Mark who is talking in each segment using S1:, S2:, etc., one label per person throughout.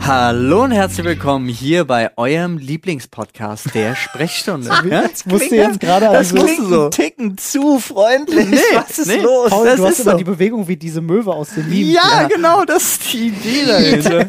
S1: Hallo und herzlich willkommen hier bei eurem Lieblingspodcast der Sprechstunde. Ja?
S2: Das musste jetzt gerade
S3: Das
S2: also.
S1: musst
S3: klingt
S1: du so.
S3: einen Ticken zu freundlich.
S1: Nee,
S3: Was ist
S1: nee.
S3: los?
S2: Paul,
S1: das
S2: du
S1: ist
S2: hast immer
S1: so.
S2: die Bewegung wie diese Möwe aus dem Meme.
S1: Ja, genau, das ist die Idee dahinter.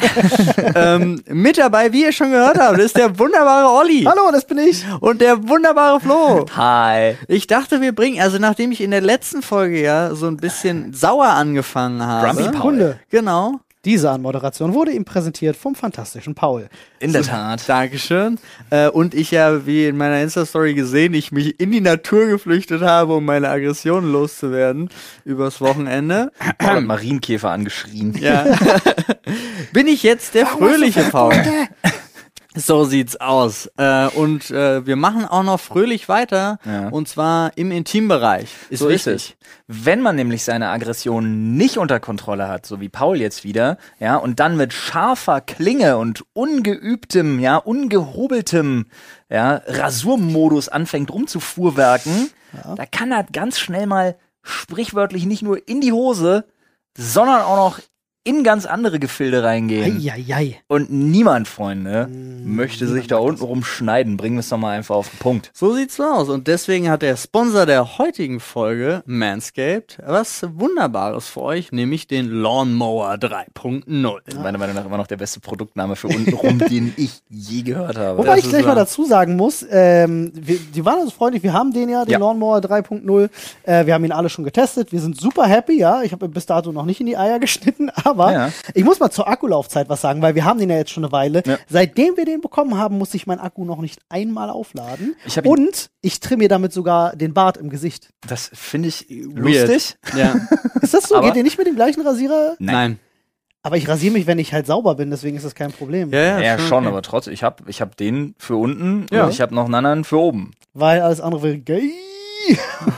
S1: ähm, mit dabei, wie ihr schon gehört habt, ist der wunderbare Olli
S2: Hallo, das bin ich.
S1: und der wunderbare Flo.
S3: Hi.
S1: Ich dachte, wir bringen, also nachdem ich in der letzten Folge ja so ein bisschen sauer angefangen habe.
S3: Grumpy Paul.
S2: Hunde.
S1: Genau.
S2: Diese Anmoderation wurde ihm präsentiert vom fantastischen Paul.
S3: In der Tat.
S1: Dankeschön. Äh, und ich ja, wie in meiner Insta-Story gesehen, ich mich in die Natur geflüchtet habe, um meine Aggressionen loszuwerden übers Wochenende.
S3: Paul hat Marienkäfer angeschrien.
S1: Ja. Bin ich jetzt der fröhliche Paul? So sieht's aus. Äh, und äh, wir machen auch noch fröhlich weiter.
S3: Ja.
S1: Und zwar im Intimbereich. Ist
S3: so ist
S1: wichtig.
S3: es. Wenn man nämlich seine Aggression nicht unter Kontrolle hat, so wie Paul jetzt wieder, ja, und dann mit scharfer Klinge und ungeübtem, ja, ungehobeltem, ja, Rasurmodus anfängt rumzufuhrwerken, da kann er ganz schnell mal sprichwörtlich nicht nur in die Hose, sondern auch noch in ganz andere Gefilde reingehen.
S2: Eieiei.
S3: Und niemand, Freunde, möchte sich da unten rumschneiden. Bringen wir es doch mal einfach auf den Punkt.
S1: So sieht's aus. Und deswegen hat der Sponsor der heutigen Folge, Manscaped, was Wunderbares für euch, nämlich den Lawnmower 3.0.
S3: meiner Meinung nach immer noch der beste Produktname für untenrum, den ich je gehört habe.
S2: Wobei
S1: Das
S2: ich
S1: ist
S2: gleich mal
S1: wahr.
S2: dazu sagen muss, ähm, wir, die waren also freundlich, wir haben den ja, den
S3: Ja.
S2: Lawnmower 3.0. Äh, wir haben ihn alle schon getestet, wir sind super happy, ja. Ich habe ihm bis dato noch nicht in die Eier geschnitten, aber
S3: Ja.
S2: ich muss mal zur Akkulaufzeit was sagen, weil wir haben den ja jetzt schon eine Weile.
S3: Ja.
S2: Seitdem wir den bekommen haben, muss ich meinen Akku noch nicht einmal aufladen.
S3: Ich hab ihn-
S2: Und ich trimme mir damit sogar den Bart im Gesicht.
S3: Das finde ich lustig.
S1: Weird. Ja.
S2: Ist das so?
S3: Aber-
S2: Geht ihr nicht mit dem gleichen Rasierer?
S1: Nein.
S2: Aber ich rasiere mich, wenn ich halt sauber bin, deswegen ist das kein Problem.
S3: Ja, schon,
S1: okay.
S3: aber trotzdem, ich habe ich hab den für unten
S1: Ja.
S3: und ich habe noch einen anderen für oben.
S2: Weil alles andere wäre gay.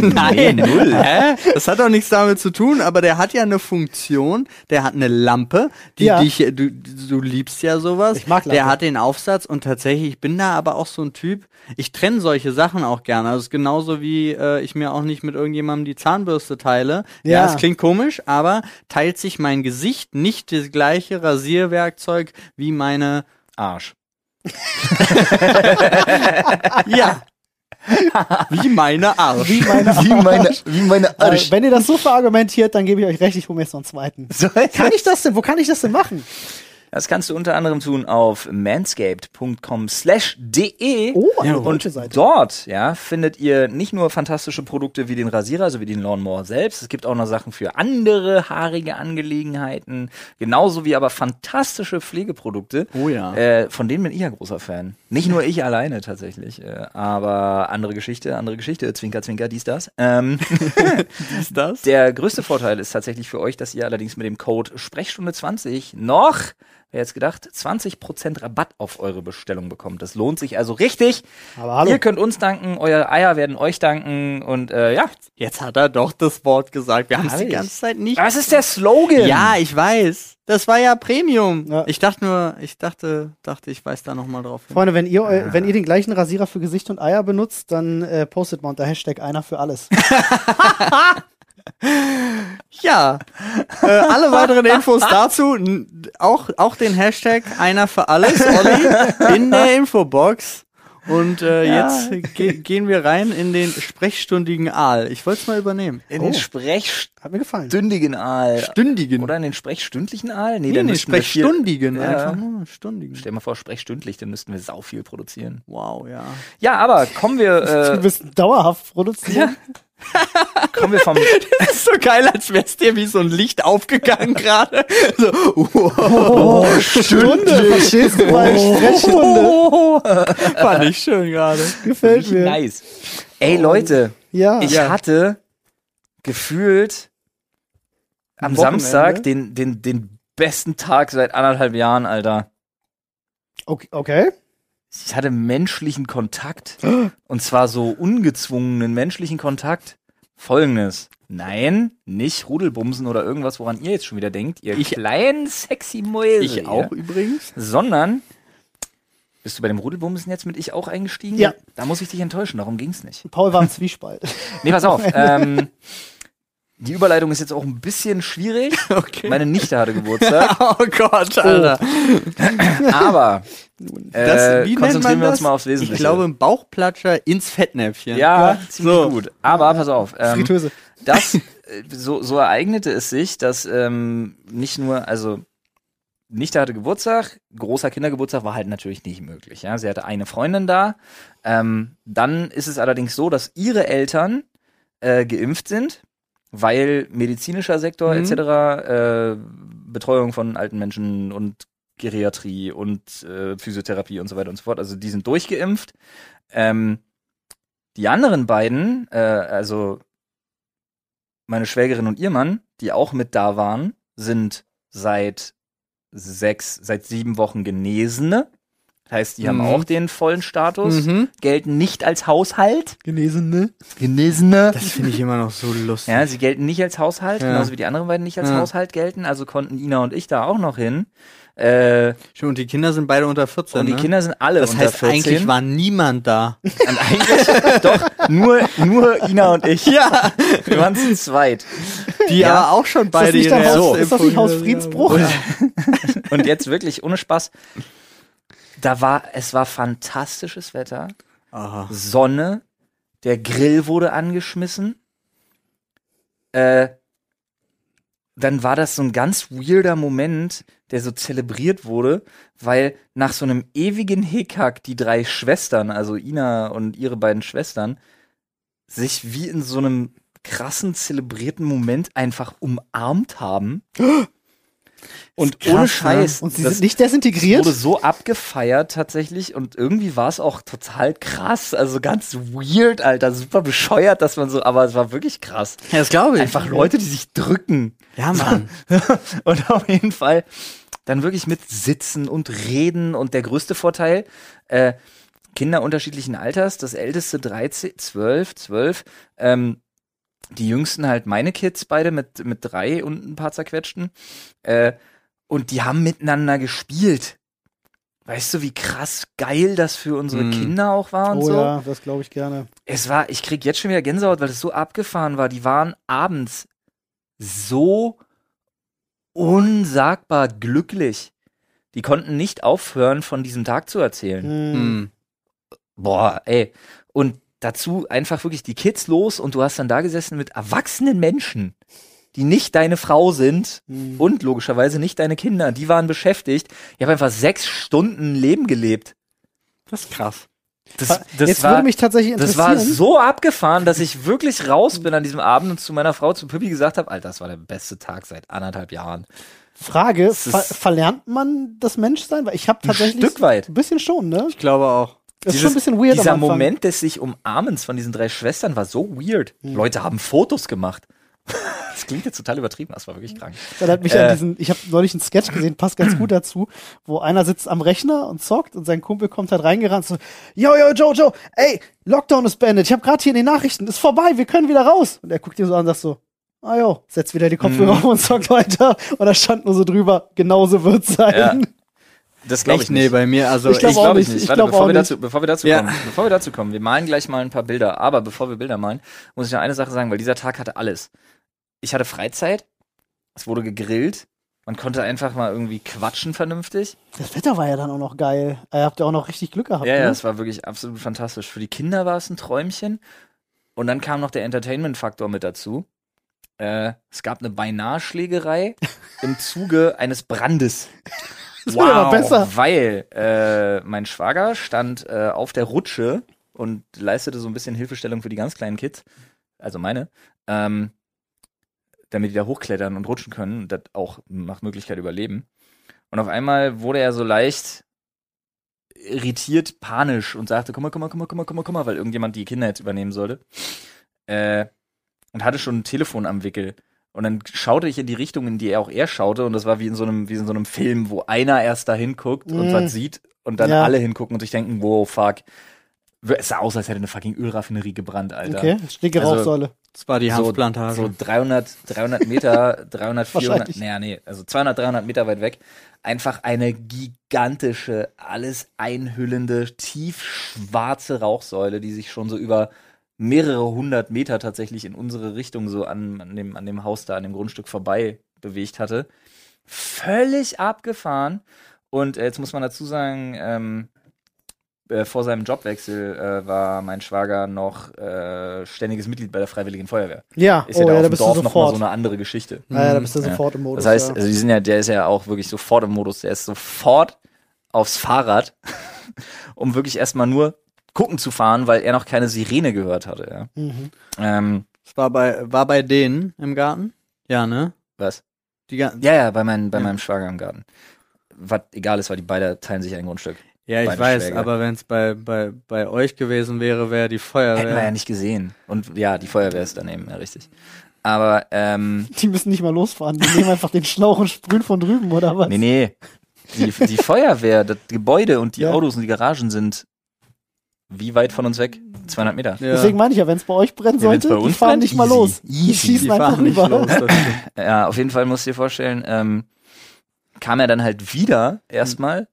S1: Nein.
S3: Nee, null.
S1: Hä? Das hat doch nichts damit zu tun, aber der hat ja eine Funktion, der hat eine Lampe, die
S2: Ja.
S1: dich, du, du liebst ja sowas.
S2: Ich mag Lampe.
S1: Der hat den Aufsatz und tatsächlich, ich bin da aber auch so ein Typ, ich trenne solche Sachen auch gerne. Also es ist genauso wie äh, ich mir auch nicht mit irgendjemandem die Zahnbürste teile. Ja.
S2: Ja.
S1: es klingt komisch, aber teilt sich mein Gesicht nicht das gleiche Rasierwerkzeug wie meine.
S3: Arsch.
S1: Ja. wie meine Arsch.
S2: Wie meine
S3: Wie meine, wie meine
S2: Äh, wenn ihr das so verargumentiert, dann gebe ich euch recht, ich hole mir jetzt noch einen zweiten. Kann ich das denn? Wo kann ich das denn machen?
S3: Das kannst du unter anderem tun auf manscaped.com slash de.
S2: Oh, eine
S3: und
S2: deutsche Seite.
S3: dort ja, findet ihr nicht nur fantastische Produkte wie den Rasierer, also wie den Lawnmower selbst. Es gibt auch noch Sachen für andere haarige Angelegenheiten. Genauso wie aber fantastische Pflegeprodukte.
S1: Oh ja.
S3: Äh, von denen bin ich ja großer Fan. Nicht nur ich alleine tatsächlich, äh, aber andere Geschichte, andere Geschichte. Zwinker, zwinker, dies, das. Ähm,
S1: ist das?
S3: der größte Vorteil ist tatsächlich für euch, dass ihr allerdings mit dem Code Sprechstunde20 noch, wer jetzt gedacht, 20% Rabatt auf eure Bestellung bekommt. Das lohnt sich also richtig.
S2: Aber hallo.
S3: Ihr könnt uns danken, eure Eier werden euch danken und äh, ja.
S1: Jetzt hat er doch das Wort gesagt. Wir haben es die
S3: Herrlich.
S1: ganze Zeit nicht
S3: Was ist der Slogan?
S1: Ja, ich weiß. Das war ja Premium.
S2: Ja.
S1: Ich dachte nur, ich dachte, dachte, ich weiß da nochmal drauf hin.
S2: Freunde, wenn ihr,
S3: Ah.
S2: eu- wenn ihr den gleichen Rasierer für Gesicht und Eier benutzt, dann äh, postet mal unter Hashtag einer für alles.
S1: Ja. Äh, alle weiteren Infos dazu, n- auch, auch den Hashtag einer für alles, Olli, in der Infobox. Und äh, jetzt ge gehen wir rein in den sprechstundigen Aal. Ich wollte es mal übernehmen.
S3: In
S2: Oh.
S3: den sprechstündigen
S2: Hat mir gefallen.
S3: Aal.
S1: Stündigen.
S3: Oder in den sprechstündlichen Aal?
S1: nee,
S3: dann
S1: nee,
S3: müssten wir viel-
S1: sprechstundigen.
S3: Ja.
S1: Einfach nur stundigen.
S3: Stell mal vor, sprechstündlich, dann müssten wir sau viel produzieren.
S1: Wow, ja.
S3: Ja, aber kommen wir,
S2: Du
S3: äh,
S2: bist dauerhaft produziert.
S3: kommen wir vom,
S1: Das ist so geil, als wär's dir wie so ein Licht aufgegangen gerade. So, wow.
S2: Stunde, verstehst du? Weil
S3: Oh.
S2: Sprechstunde
S1: Fand ich schön gerade.
S2: gefällt mir.
S3: Nice. Ey, Leute,
S2: Ja.
S3: ich
S1: Ja.
S3: hatte gefühlt am
S2: Wochenende?
S3: Samstag den, den, den besten Tag seit anderthalb Jahren, Alter.
S2: Okay. okay.
S3: Ich hatte menschlichen Kontakt. Und zwar so ungezwungenen menschlichen Kontakt. Folgendes. Nein, nicht Rudelbumsen oder irgendwas, woran ihr jetzt schon wieder denkt, ihr
S1: Ich-
S3: kleinen sexy Mäuse.
S1: Ich
S3: ihr.
S1: auch übrigens.
S3: Sondern, bist du bei dem Rudelbumsen jetzt mit ich auch eingestiegen?
S2: Ja.
S3: Da muss ich dich enttäuschen, darum ging's nicht.
S2: Paul war im Zwiespalt.
S3: Nee, pass auf. ähm, Die Überleitung ist jetzt auch ein bisschen schwierig.
S1: Okay.
S3: Meine Nichte hatte Geburtstag,
S1: oh Gott, Alter.
S3: aber äh,
S1: Das, wie nennt
S3: konzentrieren
S1: man
S3: wir
S1: das?
S3: uns mal aufs Wesentliche.
S1: Ich glaube, ein Bauchplatscher ins Fettnäpfchen.
S3: ja, ziemlich
S1: so.
S3: gut. Aber pass auf, ähm,
S2: Fritöse.
S3: das äh, so, so ereignete es sich, dass ähm, nicht nur, also Nichte hatte Geburtstag, großer Kindergeburtstag war halt natürlich nicht möglich. Ja? Sie hatte eine Freundin da. Ähm, dann ist es allerdings so, dass ihre Eltern äh, geimpft sind, weil medizinischer Sektor
S1: Mhm.
S3: etc., äh, Betreuung von alten Menschen und Geriatrie und äh, Physiotherapie und so weiter und so fort. Also die sind durchgeimpft. Ähm, die anderen beiden, äh, also meine Schwägerin und ihr Mann, die auch mit da waren, sind seit sechs, seit sieben Wochen Genesene. Heißt, die haben
S1: Mhm.
S3: auch den vollen Status,
S1: Mhm.
S3: gelten nicht als Haushalt.
S2: Genesene.
S3: Genesene.
S1: Das finde ich immer noch so lustig.
S3: Ja, sie gelten nicht als Haushalt,
S1: Ja.
S3: genauso wie die anderen beiden nicht als
S1: Ja.
S3: Haushalt gelten. Also konnten Ina und ich da auch noch hin. Äh,
S1: Stimmt, und die Kinder sind beide unter 14.
S3: und die
S1: ne?
S3: Kinder sind alle
S1: das
S3: unter
S1: heißt,
S3: 14.
S1: eigentlich war niemand da.
S3: und eigentlich doch nur, nur Ina und ich.
S1: ja,
S3: Wir waren zu zweit.
S1: die
S3: Ja.
S1: aber auch schon beide
S2: ist das nicht,
S1: ihre
S2: der Haus,
S1: Herzen
S2: ist das nicht
S1: impfen.
S2: Haus Friedensbruch?
S3: Und jetzt wirklich ohne Spaß. Da war, es war fantastisches Wetter.
S1: Aha.
S3: Sonne, der Grill wurde angeschmissen. Äh, dann war das so ein ganz weirder Moment, der so zelebriert wurde, weil nach so einem ewigen Hickhack die drei Schwestern, also Ina und ihre beiden Schwestern, sich wie in so einem krassen zelebrierten Moment einfach umarmt haben. Und
S1: krass, ne?
S3: ohne Scheiß.
S2: Und sie
S3: das-
S2: sind nicht
S3: es
S2: desintegriert?
S3: wurde so abgefeiert tatsächlich und irgendwie war es auch total krass, also ganz weird, Alter, super bescheuert, dass man so, aber es war wirklich krass.
S1: Ja, das glaube ich.
S3: Einfach Leute, die sich drücken.
S1: Ja, Mann.
S3: und auf jeden Fall dann wirklich mit Sitzen und Reden und der größte Vorteil, äh, Kinder unterschiedlichen Alters, das älteste 13, 12, 12, ähm, die jüngsten halt meine Kids beide mit, mit drei und ein paar zerquetschten. Äh, und die haben miteinander gespielt. Weißt du, wie krass geil das für unsere
S1: Mhm.
S3: Kinder auch war und
S2: oh
S3: so?
S2: ja, das glaube ich gerne.
S3: Es war, ich krieg jetzt schon wieder Gänsehaut, weil es so abgefahren war. Die waren abends so unsagbar glücklich. Die konnten nicht aufhören, von diesem Tag zu erzählen.
S2: Hm.
S1: Hm.
S3: Boah, ey. Und dazu einfach wirklich die Kids los und du hast dann da gesessen mit erwachsenen Menschen, die nicht deine Frau sind
S2: Hm.
S3: und logischerweise nicht deine Kinder. Die waren beschäftigt. Ich habe einfach sechs Stunden Leben gelebt.
S1: Das ist krass.
S3: Das, das
S2: Jetzt
S3: war,
S2: würde mich tatsächlich
S3: das
S2: interessieren.
S3: war so abgefahren, dass ich wirklich raus bin an diesem Abend und zu meiner Frau, zu Pippi gesagt habe, Alter, das war der beste Tag seit anderthalb Jahren.
S2: Frage,
S3: Das ist-
S2: ver verlernt man das Menschsein? Weil ich habe tatsächlich
S3: Stück weit.
S2: ein bisschen schon, ne?
S1: Ich glaube auch.
S2: Das ist
S3: Dieses-
S2: schon ein bisschen weird
S3: Dieser
S2: am Anfang.
S3: Moment des sich Umarmens von diesen drei Schwestern war so weird.
S2: Hm.
S3: Leute haben Fotos gemacht. Das klingt jetzt total übertrieben, das war wirklich krank.
S2: Das erinnert mich
S3: Äh.
S2: an diesen, ich habe neulich einen Sketch gesehen, passt ganz gut dazu, wo einer sitzt am Rechner und zockt und sein Kumpel kommt halt reingerannt so, yo, yo, Jojo, ey, Lockdown ist beendet, ich habe gerade hier in den Nachrichten, ist vorbei, wir können wieder raus. Und er guckt dir so an und sagt so, ah jo, setzt wieder die
S3: Mhm.
S2: Kopfhörer auf und zockt weiter. Und da stand nur so drüber, genauso wird's sein.
S3: Das glaube
S1: Echt?
S3: ich
S1: Nee,
S3: nicht.
S1: bei mir, also
S2: Ich glaub
S1: ich,
S2: auch
S3: glaub
S2: nicht. Ich
S3: Warte,
S2: glaub
S3: bevor
S2: auch
S3: wir,
S2: nicht.
S3: dazu, bevor wir dazu
S1: Ja.
S3: kommen, bevor wir dazu kommen, wir malen gleich mal ein paar Bilder. Aber bevor wir Bilder malen, muss ich noch eine Sache sagen, weil dieser Tag hatte alles. Ich hatte Freizeit, es wurde gegrillt, man konnte einfach mal irgendwie quatschen vernünftig.
S2: Das Wetter war ja dann auch noch geil. Ihr habt ja auch noch richtig Glück gehabt.
S3: Ja,
S2: ne?
S3: ja, es war wirklich absolut fantastisch. Für die Kinder war es ein Träumchen. Und dann kam noch der Entertainment-Faktor mit dazu. Äh, es gab eine Beinahe-Schlägerei im Zuge eines Brandes.
S2: Das wird aber besser.
S3: Weil äh, mein Schwager stand äh, auf der Rutsche und leistete so ein bisschen Hilfestellung für die ganz kleinen Kids, also meine, ähm, damit die da hochklettern und rutschen können und das auch nach Möglichkeit überleben. Und auf einmal wurde er so leicht irritiert, panisch und sagte, komm mal, komm mal, komm mal, komm mal, komm mal, komm mal, weil irgendjemand die Kinder jetzt übernehmen sollte. Äh, und hatte schon ein Telefon am Wickel. Und dann schaute ich in die Richtung, in die er auch er schaute, und das war wie in so einem, wie in so einem Film, wo einer erst da hinguckt und
S2: Mm.
S3: was sieht und dann
S2: Ja.
S3: alle hingucken und sich denken, wow, fuck. Es sah aus, als hätte eine fucking Ölraffinerie gebrannt, Alter.
S2: Okay, schläge
S3: Also-
S2: Rauchsäule.
S1: das war die
S3: So-
S1: Hanfplantage.
S3: So 300, 300 Meter, 300, 400,
S2: Wahrscheinlich.
S3: naja, nee, also 200, 300 Meter weit weg. Einfach eine gigantische, alles einhüllende, tiefschwarze Rauchsäule, die sich schon so über mehrere hundert Meter tatsächlich in unsere Richtung so an, an, dem, an dem Haus da, an dem Grundstück vorbei bewegt hatte. Völlig abgefahren. Und äh, jetzt muss man dazu sagen, ähm, äh, vor seinem Jobwechsel äh, war mein Schwager noch äh, ständiges Mitglied bei der Freiwilligen Feuerwehr.
S2: Ja,
S3: Ist ja
S2: oh
S3: da
S2: ja,
S3: auf
S2: da
S3: dem
S2: bist du
S3: Dorf nochmal so
S2: sofort. Ah,
S3: eine andere Geschichte. Mhm,
S2: ja, ja, da bist du
S3: Ja.
S2: sofort im Modus.
S3: Das heißt,
S2: ja.
S3: also die sind ja, der ist ja auch wirklich sofort im Modus, der ist sofort aufs Fahrrad, um wirklich erstmal nur gucken zu fahren, weil er noch keine Sirene gehört hatte.
S2: mhm.
S3: Ja. Ähm,
S1: Das war bei, war bei denen im Garten? Ja, ne?
S3: was?
S1: Die Ga
S3: Ja, ja, bei, meinem bei
S1: Ja.
S3: meinem Schwager im Garten. Was egal ist, weil die beide teilen sich ein Grundstück.
S1: ja, ich
S3: Beide
S1: weiß,
S3: Schläge.
S1: aber wenn es bei, bei, bei euch gewesen wäre, wäre die
S3: Hätten wir ja
S1: Feuerwehr.
S3: nicht gesehen. Und ja, die Feuerwehr ist daneben, ja, richtig. Aber, ähm,
S2: Die müssen nicht mal losfahren. Die nehmen einfach den Schlauch und sprühen von drüben, oder was?
S3: nee, nee. Die, die Feuerwehr, das Gebäude und die
S2: Ja.
S3: Autos und die Garagen sind wie weit von uns weg? 200 Meter.
S1: Ja.
S2: Deswegen meine ich ja, wenn es bei euch brennen
S3: äh, Ja, wenn's
S2: sollte,
S3: bei
S2: die
S3: uns
S2: fahren
S3: brennt,
S2: nicht mal
S3: easy.
S2: los. Die
S3: Easy.
S2: schießen
S1: die
S2: einfach
S1: fahren nicht
S2: rüber.
S1: los. Das stimmt.
S3: Ja, auf jeden Fall musst du dir vorstellen, ähm, kam er dann halt wieder erstmal.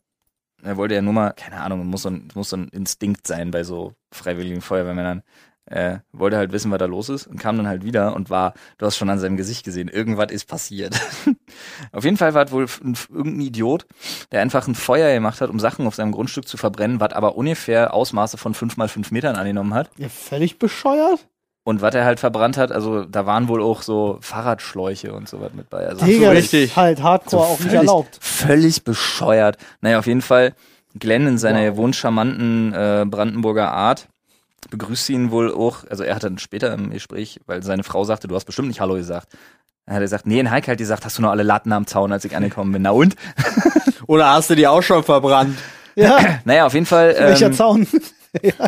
S3: Er wollte ja nur mal, keine Ahnung, muss so ein, muss so ein Instinkt sein bei so freiwilligen Feuerwehrmännern. Äh, wollte halt wissen, was da los ist und kam dann halt wieder und war, du hast schon an seinem Gesicht gesehen, irgendwas ist passiert. auf jeden Fall war es wohl f- ein- irgendein Idiot, der einfach ein Feuer gemacht hat, um Sachen auf seinem Grundstück zu verbrennen, was aber ungefähr Ausmaße von fünf mal fünf Metern angenommen hat.
S2: Ja, völlig bescheuert.
S3: Und was er halt verbrannt hat, also da waren wohl auch so Fahrradschläuche und sowas mit bei. Also
S2: Digga, das
S1: richtig.
S2: ist halt hardcore
S3: so
S2: auch nicht
S3: völlig-
S2: erlaubt.
S3: Völlig bescheuert. Naja, auf jeden Fall, Glenn in seiner
S2: Wow.
S3: gewohnt charmanten äh, Brandenburger Art begrüßt ihn wohl auch. Also, er hat dann später im Gespräch, weil seine Frau sagte, du hast bestimmt nicht Hallo gesagt. Dann hat er gesagt, nee, in Heike hat gesagt, hast du noch alle Latten am Zaun, als ich angekommen bin. Na und?
S1: Oder hast du die auch schon verbrannt?
S2: Ja,
S3: Naja, auf jeden Fall.
S2: welcher
S3: ähm,
S2: Zaun?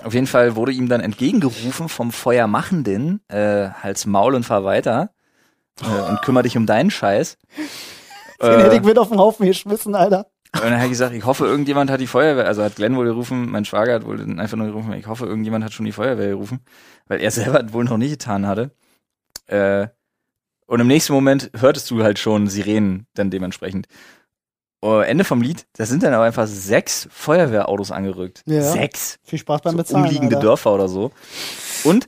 S3: Auf jeden Fall wurde ihm dann entgegengerufen vom Feuermachenden, äh, Hals Maul und fahr weiter äh, und kümmere dich um deinen Scheiß.
S2: Den hätte
S3: Äh,
S2: ich mit auf den Haufen geschmissen, Alter.
S3: Und dann hat er gesagt, ich hoffe, irgendjemand hat die Feuerwehr, also hat Glenn wohl gerufen, mein Schwager hat wohl dann einfach nur gerufen, ich hoffe, irgendjemand hat schon die Feuerwehr gerufen, weil er selber wohl noch nicht getan hatte. Äh, und im nächsten Moment hörtest du halt schon Sirenen dann dementsprechend. Oh, Ende vom Lied, da sind dann aber einfach sechs Feuerwehrautos angerückt.
S2: Ja.
S3: Sechs
S2: Viel Spaß beim
S3: so
S2: Bezahlen.
S3: umliegende
S2: Alter.
S3: Dörfer oder so. Und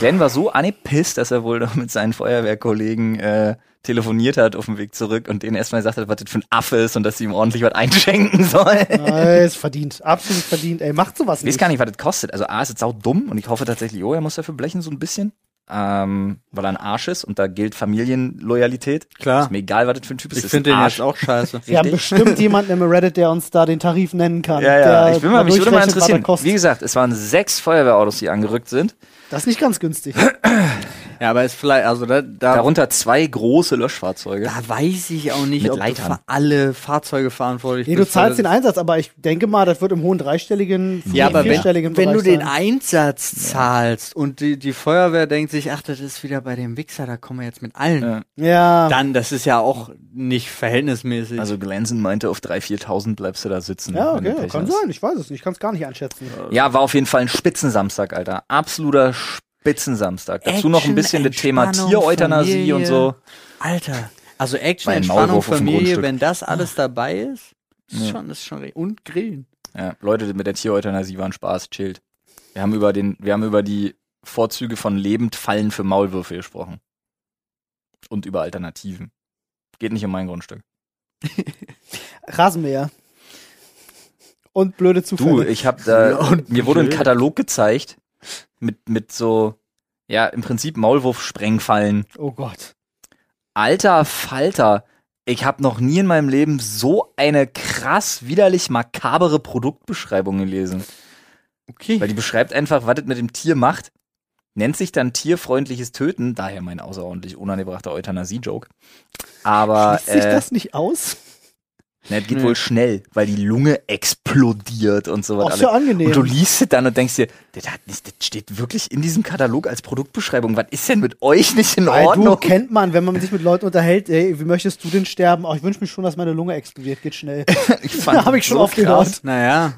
S3: Glenn war so angepisst, dass er wohl noch mit seinen Feuerwehrkollegen äh, telefoniert hat auf dem Weg zurück und denen erstmal gesagt hat, was das für ein Affe ist und dass sie ihm ordentlich was einschenken sollen.
S2: Nice, verdient. Absolut verdient. Ey, macht sowas
S3: Ich weiß
S2: nicht.
S3: gar nicht, was das kostet. Also A ist jetzt auch dumm und ich hoffe tatsächlich, oh, er muss dafür blechen so ein bisschen. Ähm, weil er ein Arsch ist und da gilt Familienloyalität.
S1: Klar.
S3: Ist mir egal, was das für ein Typ ist.
S1: Ich
S3: ist
S1: finde
S3: ein
S1: den
S3: Arsch.
S1: jetzt auch scheiße.
S2: Wir haben
S3: richtig.
S2: bestimmt jemanden im Reddit, der uns da den Tarif nennen kann.
S3: Ja, ja,
S2: der
S3: ich will mal, mich würde mal
S2: durchrechnet, was er
S3: interessieren.
S2: kostet.
S3: Wie gesagt, es waren sechs Feuerwehrautos, die angerückt sind.
S2: Das ist nicht ganz günstig.
S1: Ja, aber ist vielleicht, also da, da,
S3: Darunter zwei große Löschfahrzeuge.
S1: da weiß ich auch nicht,
S3: Mit
S1: ob
S3: Leitern.
S1: du für alle Fahrzeuge verantwortlich
S2: Nee, du
S1: bist.
S2: zahlst den
S1: weil
S2: Einsatz, aber ich denke mal, das wird im hohen dreistelligen,
S1: das- Ja, aber wenn,
S2: vierstelligen
S1: wenn du
S2: Bereich
S1: den
S2: sein.
S1: Einsatz zahlst und die, die Feuerwehr denkt sich, ach, das ist wieder bei dem Wichser, da kommen wir jetzt mit allen.
S3: Ja.
S2: Ja,
S1: Dann, das ist ja auch nicht verhältnismäßig.
S3: Also Glanson meinte, auf 3.000, 4.000 bleibst du da sitzen.
S2: ja,
S3: wenn du
S2: okay,
S3: Pech
S2: kann
S3: hast.
S2: sein. Ich weiß es nicht. Ich kann es gar nicht einschätzen.
S3: Ja, war auf jeden Fall ein Spitzensamstag, Alter. Absoluter Spitzensamstag. Dazu noch ein
S1: Action,
S3: bisschen das Thema
S1: Entspannung,
S3: Tiereuthanasie
S1: Familie.
S3: und so.
S1: Alter, also Action,
S3: Bei einem
S1: Entspannung,
S3: Maulwurf auf dem
S1: Familie,
S3: Grundstück.
S1: wenn das alles dabei ist, ist
S3: Ja.
S1: schon, ist schon, re- und Grillen.
S3: Ja, Leute, mit der Tiereuthanasie waren Spaß, chillt. Wir haben über den, wir haben über die Vorzüge von lebend Fallen für Maulwürfe gesprochen. Und über Alternativen. Geht nicht um mein Grundstück.
S2: Rasenmäher. Und blöde Zufälle.
S3: Du, ich hab da,
S1: Ja, und
S3: mir wurde ein
S1: blöd.
S3: Katalog gezeigt mit, mit so, ja, im Prinzip Maulwurf-Sprengfallen.
S2: oh Gott.
S3: Alter Falter, ich habe noch nie in meinem Leben so eine krass widerlich makabere Produktbeschreibung gelesen.
S1: Okay.
S3: Weil die beschreibt einfach, was das mit dem Tier macht. Nennt sich dann tierfreundliches Töten, daher mein außerordentlich unangebrachter Euthanasie-Joke. Aber
S2: Schließt sich
S3: äh,
S2: das nicht aus?
S3: ne, das geht
S1: Nee.
S3: wohl schnell, weil die Lunge explodiert und so
S2: Auch
S3: was.
S2: sehr
S3: alles.
S2: angenehm.
S3: Und du liest es dann und denkst dir, das, hat nicht, das steht wirklich in diesem Katalog als Produktbeschreibung. Was ist denn mit euch nicht in
S2: Weil du
S3: Ordnung?
S2: kennt man, wenn man sich mit Leuten unterhält, ey, wie möchtest du denn sterben? Oh, ich wünsche mir schon, dass meine Lunge explodiert. Geht schnell.
S3: Ich
S2: da habe ich
S3: das
S2: schon
S3: so
S2: oft gehört.
S1: Naja,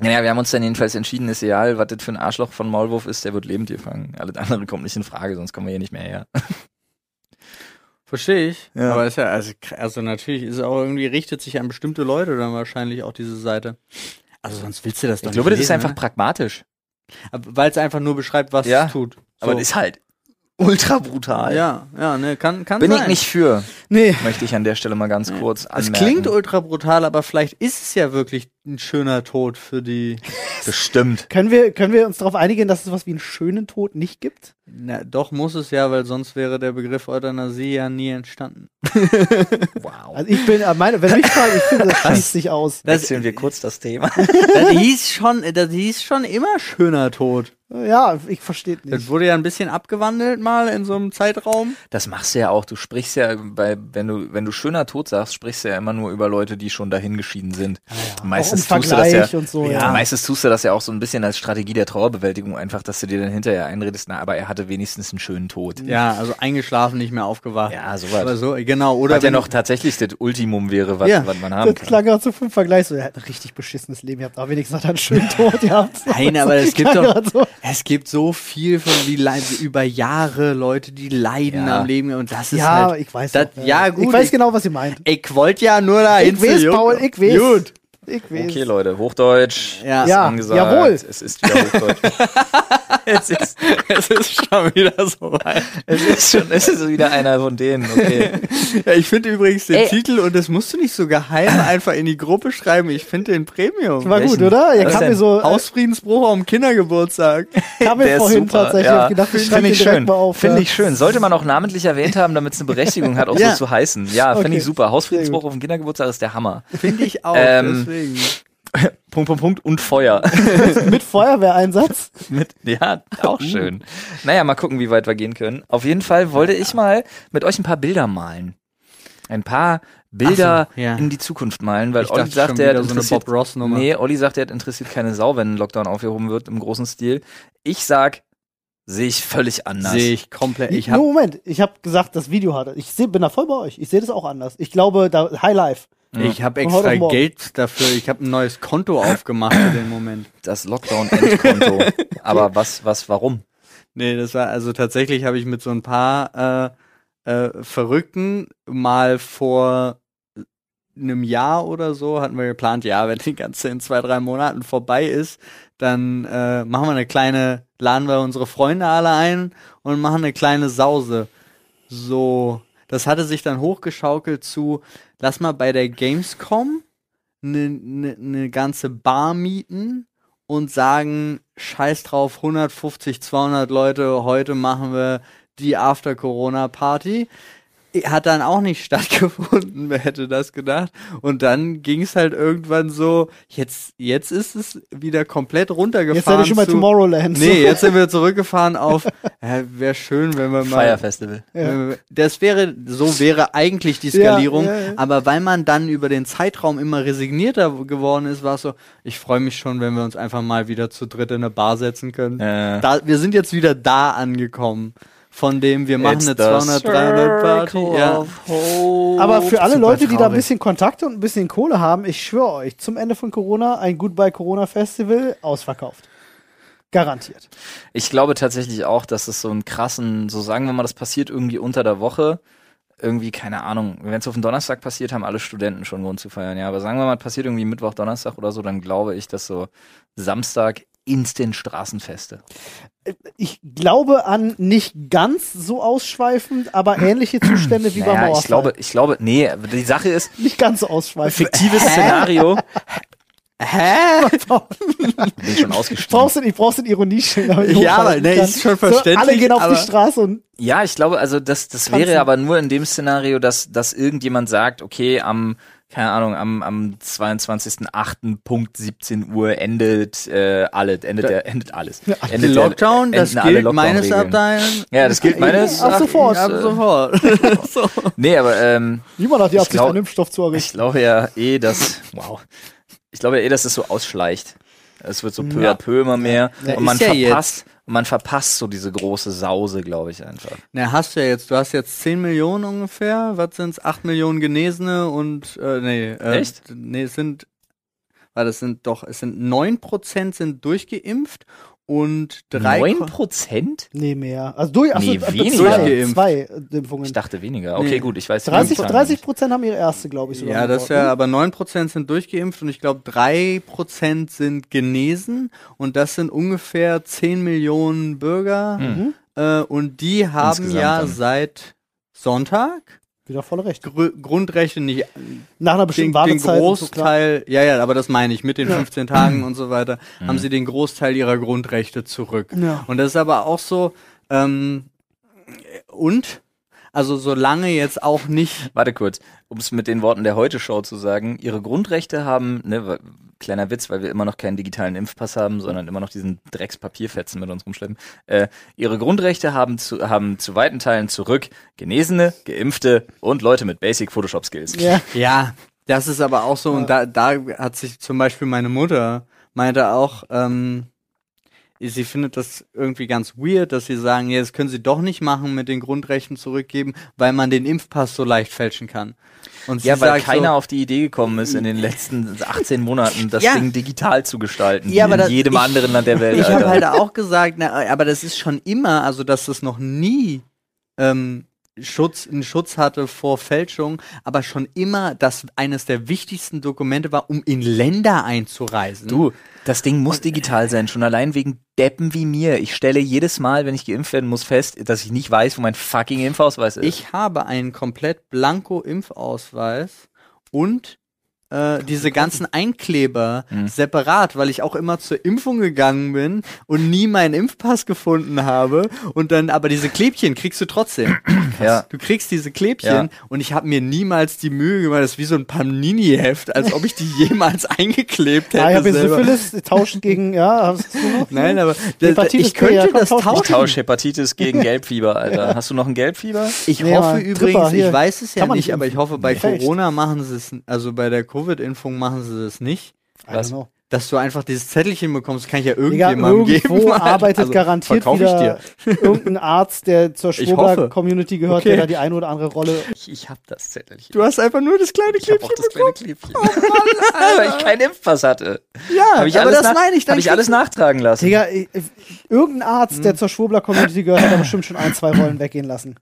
S3: Naja, wir haben uns dann jedenfalls entschieden, ist egal, was das für ein Arschloch von Maulwurf ist, der wird lebend gefangen. Alles andere kommt nicht in Frage, sonst kommen wir hier nicht mehr her.
S1: verstehe ich.
S3: Ja.
S1: Aber ist ja, also, kr- also natürlich ist auch irgendwie, richtet sich an bestimmte Leute dann wahrscheinlich auch diese Seite. Also sonst willst du das doch
S3: Ich glaube,
S1: nicht
S3: das ist
S1: lesen,
S3: einfach pragmatisch.
S1: Weil es einfach nur beschreibt, was
S3: Ja.
S1: es tut.
S3: Aber das ist halt ultra brutal.
S1: ja, ja, ne, kann, kann
S3: Bin
S1: sein.
S3: ich nicht für,
S2: Nee.
S3: möchte ich an der Stelle mal ganz kurz
S1: Es
S3: anmerken.
S1: klingt ultra brutal, aber vielleicht ist es ja wirklich ein schöner Tod für die.
S3: bestimmt.
S2: Können wir, können wir uns darauf einigen, dass es was wie einen schönen Tod nicht gibt?
S1: Na, doch muss es ja, weil sonst wäre der Begriff Euthanasie ja nie entstanden.
S3: Wow.
S2: Also ich bin, äh, meine, wenn mich fragt, ich finde, das schließt sich aus.
S3: Wechseln wir kurz das Thema.
S1: Das hieß schon, das hieß schon immer schöner Tod.
S2: Ja, ich verstehe
S1: Das
S2: nicht.
S1: wurde ja ein bisschen abgewandelt mal in so einem Zeitraum.
S3: Das machst du ja auch. Du sprichst ja, bei, wenn du, wenn du schöner Tod sagst, sprichst du ja immer nur über Leute, die schon dahingeschieden sind. Meistens
S2: Ah, Auch im
S3: tust du das ja,
S2: Vergleich und so,
S3: ja,
S2: ja.
S3: Meistens tust du das ja auch so ein bisschen als Strategie der Trauerbewältigung einfach, dass du dir dann hinterher einredest, na, aber er hatte wenigstens einen schönen Tod.
S1: Ja, also eingeschlafen, nicht mehr aufgewacht.
S3: Ja, sowas.
S1: Aber so, genau, oder?
S3: was ja
S1: wenn-
S3: noch tatsächlich das Ultimum wäre, was,
S2: Ja,
S3: was man haben
S2: das
S3: kann.
S2: klang gerade so vom Vergleich so, er hat ein richtig beschissenes Leben, ihr habt aber wenigstens hat er einen schönen Tod gehabt.
S1: Nein, aber es gibt
S2: Klang
S1: doch,
S2: grad so.
S1: es gibt so viel von wie leid- über Jahre Leute, die leiden
S3: Ja.
S1: am Leben und das ist
S2: Ja,
S1: halt,
S2: ich weiß
S1: das,
S2: doch,
S1: ja gut,
S2: Ich weiß genau, was ihr meint.
S1: ich, ich wollte ja nur da
S2: Ich weiß, Paul, ich weiß.
S1: Gut.
S2: Ich weiß.
S3: Okay, Leute, Hochdeutsch
S1: Ja.
S3: ist
S2: Ja,
S3: angesagt.
S2: jawohl.
S3: Es ist wieder Hochdeutsch. es, ist,
S1: Es ist schon wieder so weit.
S3: es ist schon, es ist wieder einer von denen. Okay.
S1: Ja, ich finde übrigens den
S3: Ey.
S1: Titel und das musst du nicht so geheim einfach in die Gruppe schreiben. Ich finde den Premium.
S2: War gut,
S3: Welchen?
S2: oder? Er
S3: Was
S2: kam
S3: denn?
S2: mir so, äh,
S1: Hausfriedensbruch am Kindergeburtstag.
S2: kam mir
S3: Der ist
S2: vorhin
S3: super,
S2: tatsächlich
S3: ja.
S2: gedacht, ich schreibe
S3: Finde
S2: den
S3: ich
S2: direkt
S3: schön.
S2: mal auf. äh,
S3: Finde
S2: ja.
S3: ich schön. Sollte man auch namentlich erwähnt haben, damit es eine Berechtigung hat, auch
S1: Ja.
S3: so zu heißen. Ja, finde
S2: Okay.
S3: ich super.
S2: Sehr
S3: Hausfriedensbruch auf dem Kindergeburtstag ist der Hammer.
S1: Finde ich auch,
S3: Ähm.
S1: deswegen.
S3: Punkt, Punkt, Punkt und Feuer.
S2: Mit Feuerwehreinsatz.
S3: Mit, ja, auch schön. Naja, mal gucken, wie weit wir gehen können. Auf jeden Fall wollte ich mal mit euch ein paar Bilder malen. Ein paar Bilder
S1: Ach so, ja.
S3: in die Zukunft malen, weil
S1: Ich
S3: Olli
S1: dachte
S3: sagt,
S1: schon
S3: der
S1: wieder so eine
S3: interessiert-
S1: Bob Ross Nummer.
S3: Nee, Olli sagt, der interessiert keine Sau, wenn ein Lockdown aufgehoben wird im großen Stil. Ich sag, sehe ich völlig anders.
S1: Sehe ich komplett. Ich
S2: Nur
S1: hab,
S2: Moment, ich habe gesagt, das Video hatte. Ich seh, bin da voll bei euch. Ich sehe das auch anders. Ich glaube, da High Life.
S1: ich hab
S2: Von
S1: extra
S2: heute auf morgen.
S1: Geld dafür. Ich habe ein neues Konto aufgemacht für den Moment.
S3: Das Lockdown-Endkonto. Aber was, was, warum?
S1: Nee, das war, also tatsächlich habe ich mit so ein paar äh, äh, Verrückten mal vor äh, einem Jahr oder so, hatten wir geplant, ja, wenn die ganze in zwei, drei Monaten vorbei ist, dann äh, machen wir eine kleine, laden wir unsere Freunde alle ein und machen eine kleine Sause. So, das hatte sich dann hochgeschaukelt zu, lass mal bei der Gamescom eine ne, ne ganze Bar mieten und sagen, scheiß drauf, 150, 200 Leute, heute machen wir die After-Corona-Party. Hat dann auch nicht stattgefunden, wer hätte das gedacht. Und dann ging es halt irgendwann so, jetzt, jetzt ist es wieder komplett runtergefahren.
S2: Jetzt seid ihr schon bei
S1: zu-
S2: Tomorrowland.
S1: Nee, jetzt sind wir zurückgefahren auf, äh, wäre schön, wenn wir mal...
S3: Feierfestival.
S1: Äh, Das wäre, so wäre eigentlich die
S2: Ja,
S1: Skalierung,
S2: ja, ja.
S1: aber weil man dann über den Zeitraum immer resignierter geworden ist, war es so, ich freue mich schon, wenn wir uns einfach mal wieder zu dritt in eine Bar setzen können.
S3: Äh.
S1: Da, wir sind jetzt wieder da angekommen, von dem wir machen
S3: It's
S1: eine
S3: the
S1: 200, 300 Party.
S3: Circle
S1: Ja.
S3: of Hope.
S2: Aber für alle
S1: Super
S2: Leute, die da ein
S1: traurig.
S2: bisschen Kontakte und ein bisschen Kohle haben, ich schwöre euch, zum Ende von Corona ein Goodbye Corona Festival ausverkauft. Garantiert.
S3: Ich glaube tatsächlich auch, dass es so einen krassen, so sagen wir mal, das passiert irgendwie unter der Woche. Irgendwie, keine Ahnung, wenn es auf den Donnerstag passiert, haben alle Studenten schon Grund zu feiern, ja. Aber sagen wir mal, es passiert irgendwie Mittwoch, Donnerstag oder so, dann glaube ich, dass so Samstag instant Straßenfeste.
S2: Ich glaube an nicht ganz so ausschweifend, aber ähnliche Zustände wie beim
S3: Naja,
S2: Mauerfall.
S3: ich glaube, ich glaube, nee, die Sache ist,
S2: nicht ganz so ausschweifend.
S3: fiktives Szenario,
S1: Hä?
S3: bin schon
S2: Ich
S3: ausgestiegen.
S2: brauch's in, ich brauch's in Ironieschild. damit ich
S1: Ja, aber,
S2: hochhalten
S1: ne,
S2: kann.
S1: ist schon
S2: So, alle
S1: verständlich,
S2: gehen auf die
S1: aber-
S2: Straße und
S3: Ja, ich glaube, also das, das
S2: Tanzen.
S3: wäre aber nur in dem Szenario, dass, dass irgendjemand sagt, okay, am, keine Ahnung, am, am 22.08. Punkt 17 Uhr endet äh, alles, endet, der, endet alles. Endet der-
S1: Lockdown, das
S3: enden alle
S1: gilt meines
S3: Lockdown-Regeln.
S1: Abteilens.
S3: Ja, das gilt meines.
S2: Ab sofort.
S1: Ab
S3: äh,
S1: sofort. so.
S3: Nee, aber ähm,
S2: niemand hat die
S3: Ich
S2: Absicht,
S3: glaub-
S2: einen Impfstoff zu
S3: ich
S2: errichten.
S3: glaube ja eh, dass, wow, ich glaube ja eh, dass es so ausschleicht. Es wird so peu à peu immer mehr
S1: Ja,
S3: und man
S1: ist ja jetzt.
S3: verpasst, man verpasst so diese große Sause, glaube ich einfach.
S1: Na, hast du ja jetzt. Du hast jetzt 10 Millionen ungefähr. Was sind's? 8 Millionen Genesene und äh, nee, äh,
S3: Echt?
S1: Nee, es sind weil das sind doch, es sind 9% sind durchgeimpft und drei.
S3: Neun
S1: Ko-
S3: Prozent?
S2: Nee, mehr. Also durch, achso,
S3: Nee,
S2: äh,
S3: weniger.
S2: zwei,
S1: Durchgeimpft.
S2: zwei äh, Impfungen.
S3: Ich dachte weniger. Okay,
S1: Nee.
S3: gut, ich weiß die
S2: 30,
S3: Zahlen
S2: 30
S3: nicht.
S2: Prozent haben ihre erste, glaube ich, sogar.
S1: Ja, das
S2: gebraucht,
S1: ja,
S2: ne?
S1: aber 9% sind durchgeimpft und ich glaube 3% sind genesen und das sind ungefähr 10 Millionen Bürger
S3: Mhm.
S1: äh, und die haben
S3: Insgesamt
S1: ja
S3: dann.
S1: seit Sonntag
S2: Wieder voll recht.
S1: Gr Grundrechte nicht
S2: Nach einer
S1: den,
S2: bestimmten
S1: den
S2: Wartezeit. und so, klar.
S1: Großteil, ja, ja, aber das meine ich, mit den 15 Tagen und so weiter,
S3: Mhm.
S1: haben sie den Großteil ihrer Grundrechte zurück.
S2: Ja.
S1: Und das ist aber auch so, ähm, und? Also solange jetzt auch nicht,
S3: Warte kurz, um es mit den Worten der Heute-Show zu sagen, ihre Grundrechte haben, ne, wa- kleiner Witz, weil wir immer noch keinen digitalen Impfpass haben, sondern immer noch diesen Dreckspapierfetzen mit uns rumschleppen, äh, ihre Grundrechte haben zu, haben zu weiten Teilen zurück Genesene, Geimpfte und Leute mit Basic Photoshop-Skills.
S2: Ja.
S1: ja, das ist aber auch so, und da, da hat sich zum Beispiel meine Mutter, meinte auch, ähm, sie findet das irgendwie ganz weird, dass sie sagen, ja, das können sie doch nicht machen mit den Grundrechten zurückgeben, weil man den Impfpass so leicht fälschen kann. Und sie
S3: Ja, weil
S1: sagt so,
S3: keiner auf die Idee gekommen ist, in den letzten 18 Monaten das
S1: Ja.
S3: Ding digital zu gestalten,
S1: Ja,
S3: wie
S1: aber
S3: in
S1: das-
S3: jedem
S1: ich-
S3: anderen Land der Welt.
S1: Ich habe
S3: Alter.
S1: halt auch gesagt, na, aber das ist schon immer, also dass das noch nie ähm, Schutz, einen Schutz hatte vor Fälschung, aber schon immer das eines der wichtigsten Dokumente war, um in Länder einzureisen.
S3: Du, das Ding muss digital sein, schon allein wegen Deppen wie mir. Ich stelle jedes Mal, wenn ich geimpft werden muss, fest, dass ich nicht weiß, wo mein fucking Impfausweis ist.
S1: Äh, Ich habe einen komplett blanko Impfausweis und äh, diese ganzen Einkleber
S2: Mhm.
S1: separat, weil ich auch immer zur Impfung gegangen bin und nie meinen Impfpass gefunden habe und dann aber diese Klebchen kriegst du trotzdem.
S3: ja.
S1: Du kriegst diese Klebchen
S3: Ja.
S1: und ich habe mir niemals die Mühe gemacht, das ist wie so ein Panini-Heft, als ob ich die jemals eingeklebt hätte.
S2: Ah, ich habe jetzt
S1: selber.
S2: Syphilis tauscht gegen, ja, hast du noch?
S1: Nein, aber das,
S2: Hepatitis
S1: ich
S2: B, ja,
S1: könnte
S2: komm,
S1: das
S2: tausch mich.
S3: Ich
S1: tauschen.
S3: tausche Hepatitis gegen Gelbfieber, Alter. Hast du noch ein Gelbfieber?
S1: Ich
S2: Nee,
S1: hoffe
S2: aber
S1: übrigens,
S2: Tripper, hier.
S1: ich weiß es ja
S2: Kann man
S1: nicht,
S2: nicht
S1: aber ich
S2: impfen.
S1: hoffe, bei
S2: Nee.
S1: Corona machen sie es, also bei der Covid-Impfung machen sie es nicht,
S2: I don't know.
S1: dass du einfach dieses Zettelchen bekommst, kann ich ja
S2: Digga,
S1: irgendjemandem
S2: irgendwo
S1: geben. Alter.
S2: arbeitet
S1: Also,
S2: garantiert
S1: verkauf ich
S2: wieder irgendein Arzt, der zur
S1: Ich hoffe.
S2: Schwurber-Community gehört,
S1: Okay.
S2: der da die eine oder andere Rolle.
S3: Ich, ich hab das Zettelchen.
S1: Du hast einfach nur das kleine
S3: Ich hab
S1: Klebchen
S3: auch das kleine
S1: bekommen.
S3: Klebchen. Weil ich keinen Impfpass hatte.
S1: Ja,
S3: Hab ich
S1: aber
S3: alles
S1: das
S3: nach-
S1: meine ich. dann
S3: Hab ich alles nachtragen lassen.
S2: Digga, ich- ich- irgendein Arzt,
S1: Mhm.
S2: der zur Schwurbler-Community gehört, hat da bestimmt schon ein, zwei Rollen weggehen lassen.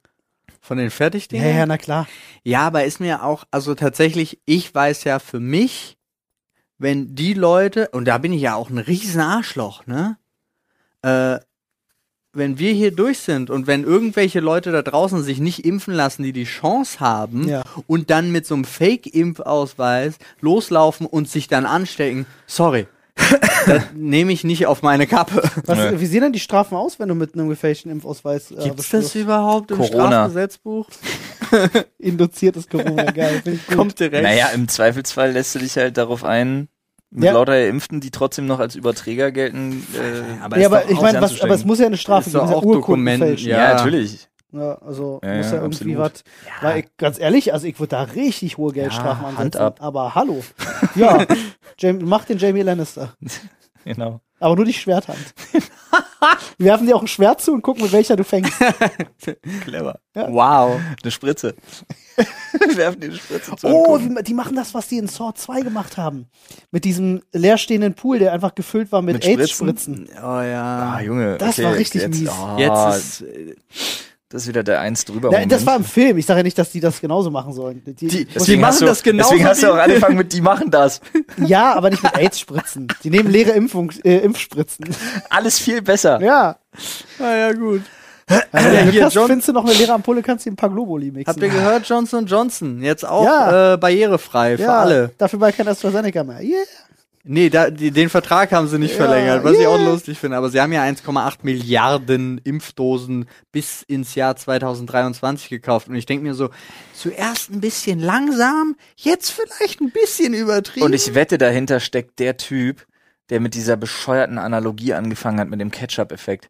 S1: Von den Fertigdingen?
S2: Ja, ja, na klar.
S1: Ja, aber ist mir auch, also tatsächlich, ich weiß ja für mich, wenn die Leute, und da bin ich ja auch ein riesen Arschloch, ne? Äh, wenn wir hier durch sind und wenn irgendwelche Leute da draußen sich nicht impfen lassen, die die Chance haben
S2: Ja.
S1: und dann mit so einem Fake-Impfausweis loslaufen und sich dann anstecken, sorry, das nehme ich nicht auf meine Kappe.
S2: Was,
S3: Nö.
S2: Wie sehen denn die Strafen aus, wenn du mit einem gefälschten Impfausweis äh,
S1: Gibt's
S2: wirst?
S1: das überhaupt im
S3: Corona.
S1: Strafgesetzbuch?
S2: induziertes Corona? Geil, finde ich gut.
S1: Kommt direkt.
S3: Naja, im Zweifelsfall lässt du dich halt darauf ein, mit
S2: Ja.
S3: lauter Geimpften, die trotzdem noch als Überträger gelten. Äh,
S1: aber
S2: ja,
S1: ist
S2: aber
S1: doch
S2: ich
S1: auch
S2: meine, was,
S3: anzustrengen.
S2: aber es muss ja eine Strafe
S1: Ist
S2: geben,
S1: doch
S2: es ist
S1: auch
S2: Urkunden
S1: Dokumenten,
S2: fälschen.
S1: ja.
S3: ja, natürlich.
S2: Ja, also
S3: Ja,
S2: muss ja,
S3: ja,
S2: irgendwie
S3: absolut.
S2: was. Weil ich, ganz ehrlich, also ich würde da richtig hohe Geldstrafen
S3: Hand
S2: ansetzen.
S3: ab.
S2: Aber hallo. Ja, Jamie, mach den Jamie Lannister.
S3: Genau.
S2: Aber nur die Schwerthand. Wir werfen dir auch ein Schwert zu und gucken, mit welcher du fängst.
S3: Clever.
S1: Wow.
S3: Eine Spritze. Wir werfen dir eine Spritze zu. und
S2: Oh,
S3: gucken.
S2: wie, die machen das, was die in Sword 2 gemacht haben. Mit diesem leerstehenden Pool, der einfach gefüllt war mit,
S3: Mit
S2: AIDS-Spritzen.
S1: Oh ja.
S3: Ah, Junge.
S2: Das
S3: okay,
S2: war richtig
S3: jetzt,
S2: mies.
S3: Oh, jetzt
S1: Jetzt ist
S3: das ist wieder der Eins drüber.
S2: Na, das
S3: Moment.
S2: war im Film. Ich sage ja nicht, dass die das genauso machen sollen. Die,
S3: Deswegen
S1: die
S3: hast
S1: machen
S3: du,
S1: das genauso
S3: Deswegen hast du
S1: wie-
S3: auch angefangen mit, die machen das.
S2: ja, aber nicht mit AIDS-Spritzen. Die nehmen leere Impfung, äh, Impfspritzen.
S3: Alles viel besser.
S2: Ja.
S1: Ah ja, gut.
S2: Also, wenn du
S1: hier,
S2: kannst,
S1: John-
S2: findest du noch eine leere Ampulle, kannst du dir ein paar Globuli mixen.
S1: Habt ihr gehört, Johnson Johnson? Jetzt auch
S2: Ja.
S1: äh, barrierefrei für
S2: ja,
S1: alle.
S2: Dafür war kein AstraZeneca mehr. Yeah.
S1: Nee, da, die, den Vertrag haben sie nicht
S2: Ja,
S1: verlängert, was ich
S2: yeah.
S1: auch lustig finde. Aber sie haben ja 1,8 Milliarden Impfdosen bis ins Jahr 2023 gekauft. Und ich denke mir so, zuerst ein bisschen langsam, jetzt vielleicht ein bisschen übertrieben.
S3: Und ich wette, dahinter steckt der Typ, der mit dieser bescheuerten Analogie angefangen hat, mit dem Ketchup-Effekt.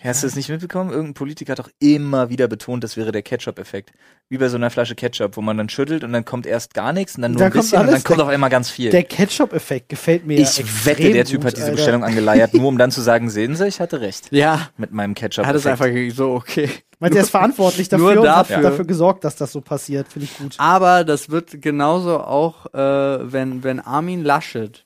S3: Hast du das nicht mitbekommen? Irgendein Politiker hat doch immer wieder betont, das wäre der Ketchup-Effekt. Wie bei so einer Flasche Ketchup, wo man dann schüttelt und dann kommt erst gar nichts und dann nur
S2: Dann
S3: ein
S2: kommt
S3: bisschen und dann
S2: alles.
S3: kommt auf einmal ganz viel.
S2: Der Ketchup-Effekt gefällt mir.
S3: ich
S2: extrem
S3: wette, der Typ
S2: gut,
S3: hat diese
S2: Alter.
S3: Bestellung angeleiert, nur um dann zu sagen, sehen Sie, ich hatte recht
S1: ja,
S3: mit meinem Ketchup.
S1: hat es einfach so, okay.
S2: Meinst du, er ist verantwortlich
S1: Nur
S2: dafür und hat
S1: dafür.
S2: dafür gesorgt, dass das so passiert. Finde ich gut.
S1: Aber das wird genauso auch, äh, wenn, wenn Armin Laschet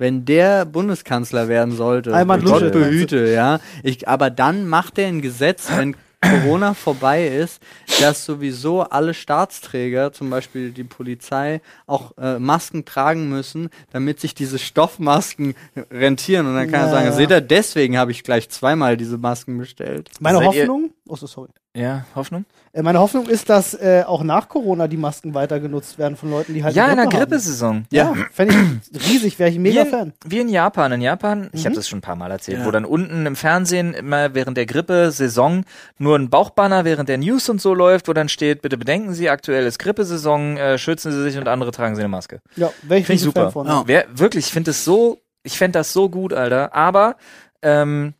S1: wenn der Bundeskanzler werden sollte,
S2: Alman
S1: Gott
S2: Lusche.
S1: behüte, ja. Ich, aber dann macht er ein Gesetz, wenn Corona vorbei ist, dass sowieso alle Staatsträger, zum Beispiel die Polizei, auch äh, Masken tragen müssen, damit sich diese Stoffmasken rentieren. Und dann kann er
S2: Ja.
S1: sagen, seht ihr, deswegen habe ich gleich zweimal diese Masken bestellt.
S2: Meine
S3: Seid ihr-
S2: Hoffnung, oh, so sorry.
S3: Ja, Hoffnung?
S2: Äh, meine Hoffnung ist, dass äh, auch nach Corona die Masken weiter genutzt werden von Leuten, die halt
S3: Ja, in
S2: eine
S3: der
S2: haben.
S3: Grippesaison.
S2: Ja, fände ich riesig, wäre ich ein mega
S3: Wie in,
S2: Fan. Mhm.
S3: wie in Japan. In Japan, ich habe das schon ein paar Mal erzählt, wo dann unten im Fernsehen immer während der Grippe-Saison nur ein Bauchbanner während der News und so läuft, wo dann steht, bitte bedenken Sie, aktuell ist Grippesaison, äh, schützen Sie sich und andere tragen Sie eine Maske.
S2: Ja, wäre ich
S3: Finde ich
S2: riesig
S3: super.
S2: Fan von.
S1: Ja.
S3: Wer, wirklich, ich finde das so, ich fände das so gut, Alter. Aber, ähm,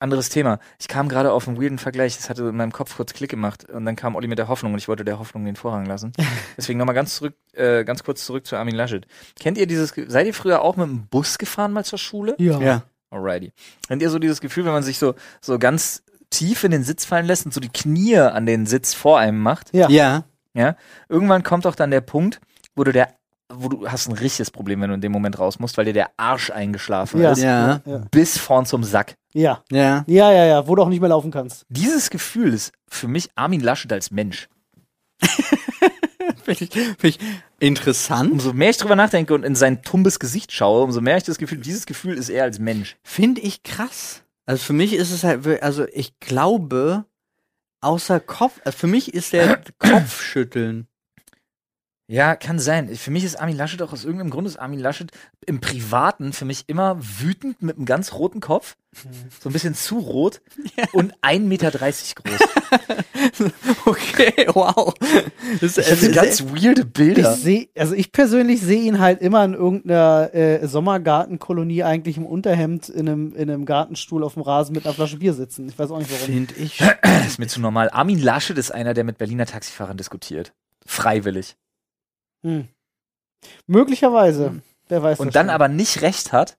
S3: anderes Thema. Ich kam gerade auf einen weirden Vergleich, das hatte in meinem Kopf kurz Klick gemacht und dann kam Olli mit der Hoffnung und ich wollte der Hoffnung den Vorrang lassen. Deswegen nochmal ganz zurück, äh, ganz kurz zurück zu Armin Laschet. Kennt ihr dieses, Ge- seid ihr früher auch mit dem Bus gefahren mal zur Schule?
S2: Ja.
S1: Ja.
S3: Alrighty. Kennt ihr so dieses Gefühl, wenn man sich so, so ganz tief in den Sitz fallen lässt und so die Knie an den Sitz vor einem macht?
S2: Ja.
S1: Ja.
S3: Ja, irgendwann kommt auch dann der Punkt, wo du der, wo du hast ein richtiges Problem, wenn du in dem Moment raus musst, weil dir der Arsch eingeschlafen
S2: Ja.
S3: ist,
S1: Ja.
S2: Ja.
S3: bis vorn zum Sack.
S2: Ja.
S1: Ja.
S2: ja, ja, ja, wo du auch nicht mehr laufen kannst.
S3: Dieses Gefühl ist für mich Armin Laschet als Mensch.
S1: Finde ich, find ich interessant.
S3: Umso mehr ich drüber nachdenke und in sein tumbes Gesicht schaue, umso mehr ich das Gefühl, dieses Gefühl ist er als Mensch.
S1: Finde ich krass. Also für mich ist es halt, wir- also ich glaube, außer Kopf, also für mich ist der Kopfschütteln.
S3: Ja, kann sein. Für mich ist Armin Laschet auch aus irgendeinem Grund ist Armin Laschet im Privaten für mich immer wütend mit einem ganz roten Kopf, so ein bisschen zu rot und 1,30 Meter groß.
S1: Okay, wow. Das ist, also
S3: Das sind ganz weirde Bilder.
S2: Ich sehe, also ich persönlich sehe ihn halt immer in irgendeiner äh, Sommergartenkolonie eigentlich im Unterhemd in einem, in einem Gartenstuhl auf dem Rasen mit einer Flasche Bier sitzen. Ich weiß auch nicht warum.
S1: finde ich.
S3: Das ist mir zu normal. Armin Laschet ist einer, der mit Berliner Taxifahrern diskutiert. Freiwillig.
S2: Hm. Möglicherweise. Wer weiß das
S3: Hm. Und dann
S2: schon.
S3: aber nicht recht hat,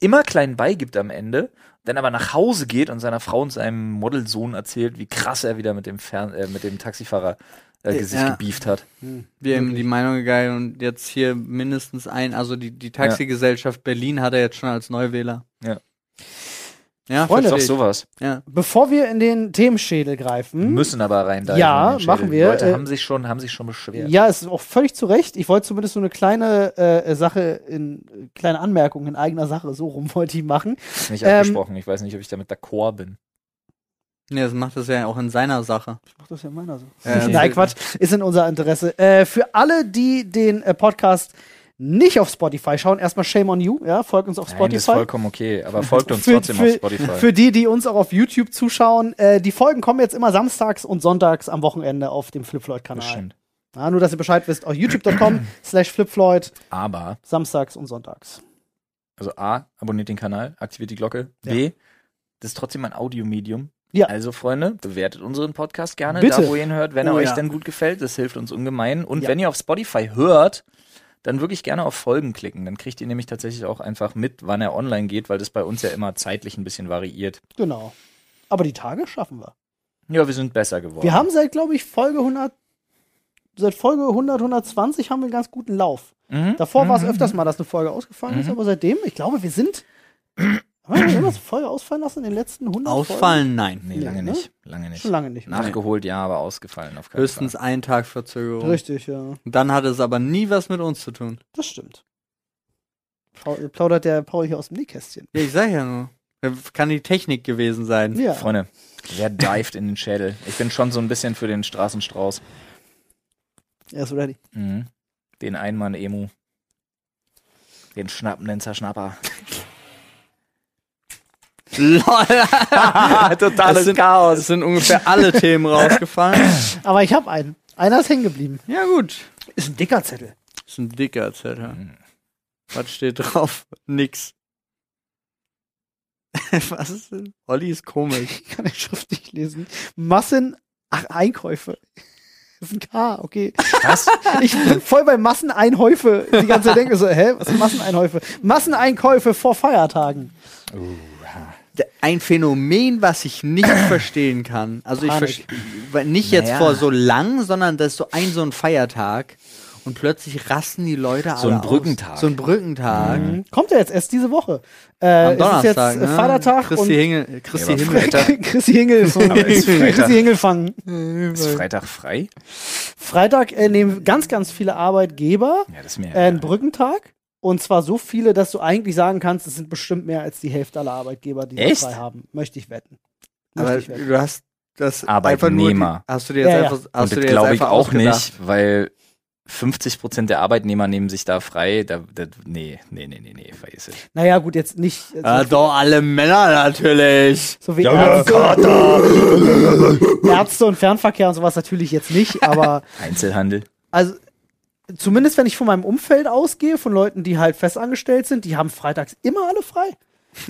S3: immer klein beigibt am Ende, dann aber nach Hause geht und seiner Frau und seinem Modelsohn erzählt, wie krass er wieder mit dem, Fern äh, mit dem Taxifahrer äh,
S1: Ja.
S3: Gesicht gebieft hat.
S2: Hm.
S1: Wir haben die Meinung geil und jetzt hier mindestens ein, also die, die Taxigesellschaft Berlin hat er jetzt schon als Neuwähler.
S3: Ja.
S1: Ja,
S2: Freunde.
S1: Freunde.
S3: Ist doch sowas.
S1: Ja.
S2: Bevor wir in den Themenschädel greifen,
S3: Müssen aber rein da.
S2: Hm? Ja,
S3: in den Schädel.
S2: machen
S3: Die
S2: wir.
S3: Leute
S2: Äh,
S3: haben sich schon, haben sich schon beschwert.
S2: Ja, ist auch völlig zu Recht. Ich wollte zumindest so eine kleine äh, Sache, in, kleine Anmerkung in eigener Sache, so rum wollte ich machen.
S3: Ist nicht
S2: ähm,
S3: abgesprochen. Ich weiß nicht, ob ich damit d'accord bin.
S1: Nee, das macht das ja auch in seiner Sache.
S2: Ich mach das ja in meiner so.
S3: Äh,
S1: Ähm,
S2: Nein, Quatsch, ist in unser Interesse. Äh, für alle, die den äh, Podcast nicht auf Spotify schauen, erstmal Shame on You, ja, folgt uns auf
S3: Nein, das ist
S2: Spotify.
S3: vollkommen okay. Aber folgt uns
S2: Für-
S3: trotzdem
S2: für,
S3: auf Spotify.
S2: Für die, die uns auch auf YouTube zuschauen, äh, die Folgen kommen jetzt immer samstags und sonntags am Wochenende auf dem Flip
S3: das
S2: Floyd-Kanal.
S3: stimmt.
S2: Ja, nur, dass ihr Bescheid wisst, auch youtube.com slash flipfloyd,
S3: Aber
S2: samstags und sonntags.
S3: Also A, abonniert den Kanal, aktiviert die Glocke. B, das ist trotzdem ein Audiomedium.
S2: Ja.
S3: Also, Freunde, bewertet unseren Podcast gerne,
S2: Bitte.
S3: da wo ihr ihn hört, wenn er
S1: Oh,
S3: euch
S1: ja.
S3: denn gut gefällt. Das hilft uns ungemein. Und
S2: Ja.
S3: wenn ihr auf Spotify hört, dann wirklich gerne auf Folgen klicken. Dann kriegt ihr nämlich tatsächlich auch einfach mit, wann er online geht, weil das bei uns ja immer zeitlich ein bisschen variiert.
S2: Genau. Aber die Tage schaffen wir.
S3: Ja, wir sind besser geworden.
S2: Wir haben seit, glaube ich, Folge 100, seit Folge 100, 120 haben wir einen ganz guten Lauf.
S3: Mhm.
S2: Davor war es öfters mal, dass eine Folge ausgefallen ist, aber seitdem, ich glaube, wir sind. Haben wir irgendwas Folge ausfallen lassen in den letzten 100 Folgen?
S1: Ausfallen, nein.
S3: Nee, lange
S2: ne?
S3: nicht. Lange nicht.
S2: Schon lange nicht mehr.
S3: Nachgeholt, ja, aber ausgefallen auf keinen
S1: Höchstens
S3: Fall.
S1: einen Tag Verzögerung.
S2: Richtig, ja.
S1: Dann hat es aber nie was mit uns zu tun.
S2: Das stimmt. Pau- Plaudert der Paul hier aus dem Nähkästchen.
S1: Ja, ich sag ja nur. Kann die Technik gewesen sein.
S2: Ja.
S3: Freunde, wer dived in den Schädel? Ich bin schon so ein bisschen für den Straßenstrauß.
S2: Er ist ready.
S3: Mhm. Den Einmann-Emu. Den schnappenden Zerschnapper.
S1: Lol.
S3: Totales
S1: Es sind,
S3: Chaos.
S1: es sind ungefähr alle Themen rausgefallen.
S2: Aber ich habe einen. Einer ist hängen geblieben.
S1: Ja, gut.
S2: Ist ein dicker Zettel.
S1: Ist ein dicker Zettel.
S3: Mhm.
S1: Was steht drauf? Nix. Was ist denn? Olli ist komisch.
S2: Ich kann die Schrift nicht lesen. Massen. Ach, Einkäufe. Das ist ein K, okay.
S3: Was?
S2: Ich bin voll bei Masseneinhäufe. Die ganze Zeit denke so, hä, was sind Masseneinhäufe? Masseneinkäufe vor Feiertagen.
S1: Ein Phänomen, was ich nicht verstehen kann. Also ich
S2: Panik.
S1: verstehe nicht jetzt
S3: Naja.
S1: vor so lang, sondern das ist so ein so ein Feiertag. und plötzlich rasten die Leute alle
S3: So ein
S1: aus.
S3: Brückentag.
S1: So ein Brückentag.
S2: Hm, Kommt ja jetzt erst diese Woche. Äh,
S1: Am Donnerstag,
S2: es ist
S1: ne?
S2: jetzt äh, Vatertag
S1: Christi Hingel, Christi
S3: Ja, aber
S1: Himmel.
S3: Freitag.
S2: Christi Hingel.
S3: ist Freitag.
S2: Christi Hingel fangen.
S3: Ist Freitag frei?
S2: Freitag äh, nehmen ganz, ganz viele Arbeitgeber
S3: Ja, das ist mir.
S2: äh, einen
S3: egal.
S2: Brückentag. Und zwar so viele, dass du eigentlich sagen kannst, es sind bestimmt mehr als die Hälfte aller Arbeitgeber, die
S3: Echt?
S2: frei haben. Möchte ich wetten. Möchte
S1: Aber
S2: ich wetten.
S1: du hast das
S3: Arbeitnehmer.
S1: einfach nur, die- hast du dir jetzt
S2: Ja, ja.
S1: einfach, hast
S3: Und
S1: du
S3: das
S1: dir
S3: glaube
S1: jetzt
S3: ich
S1: einfach
S3: auch
S1: ausgedacht?
S3: nicht, weil 50 Prozent der Arbeitnehmer nehmen sich da frei. Da, da, nee, nee, nee, nee, nee, vergiss es.
S2: Naja, gut, jetzt nicht. äh,
S1: Ja, doch, alle Männer natürlich.
S2: So wie Ärzte, Ärzte und Fernverkehr und sowas natürlich jetzt nicht, aber
S3: Einzelhandel.
S2: also zumindest wenn ich von meinem Umfeld ausgehe, von Leuten, die halt festangestellt sind, die haben freitags immer alle frei.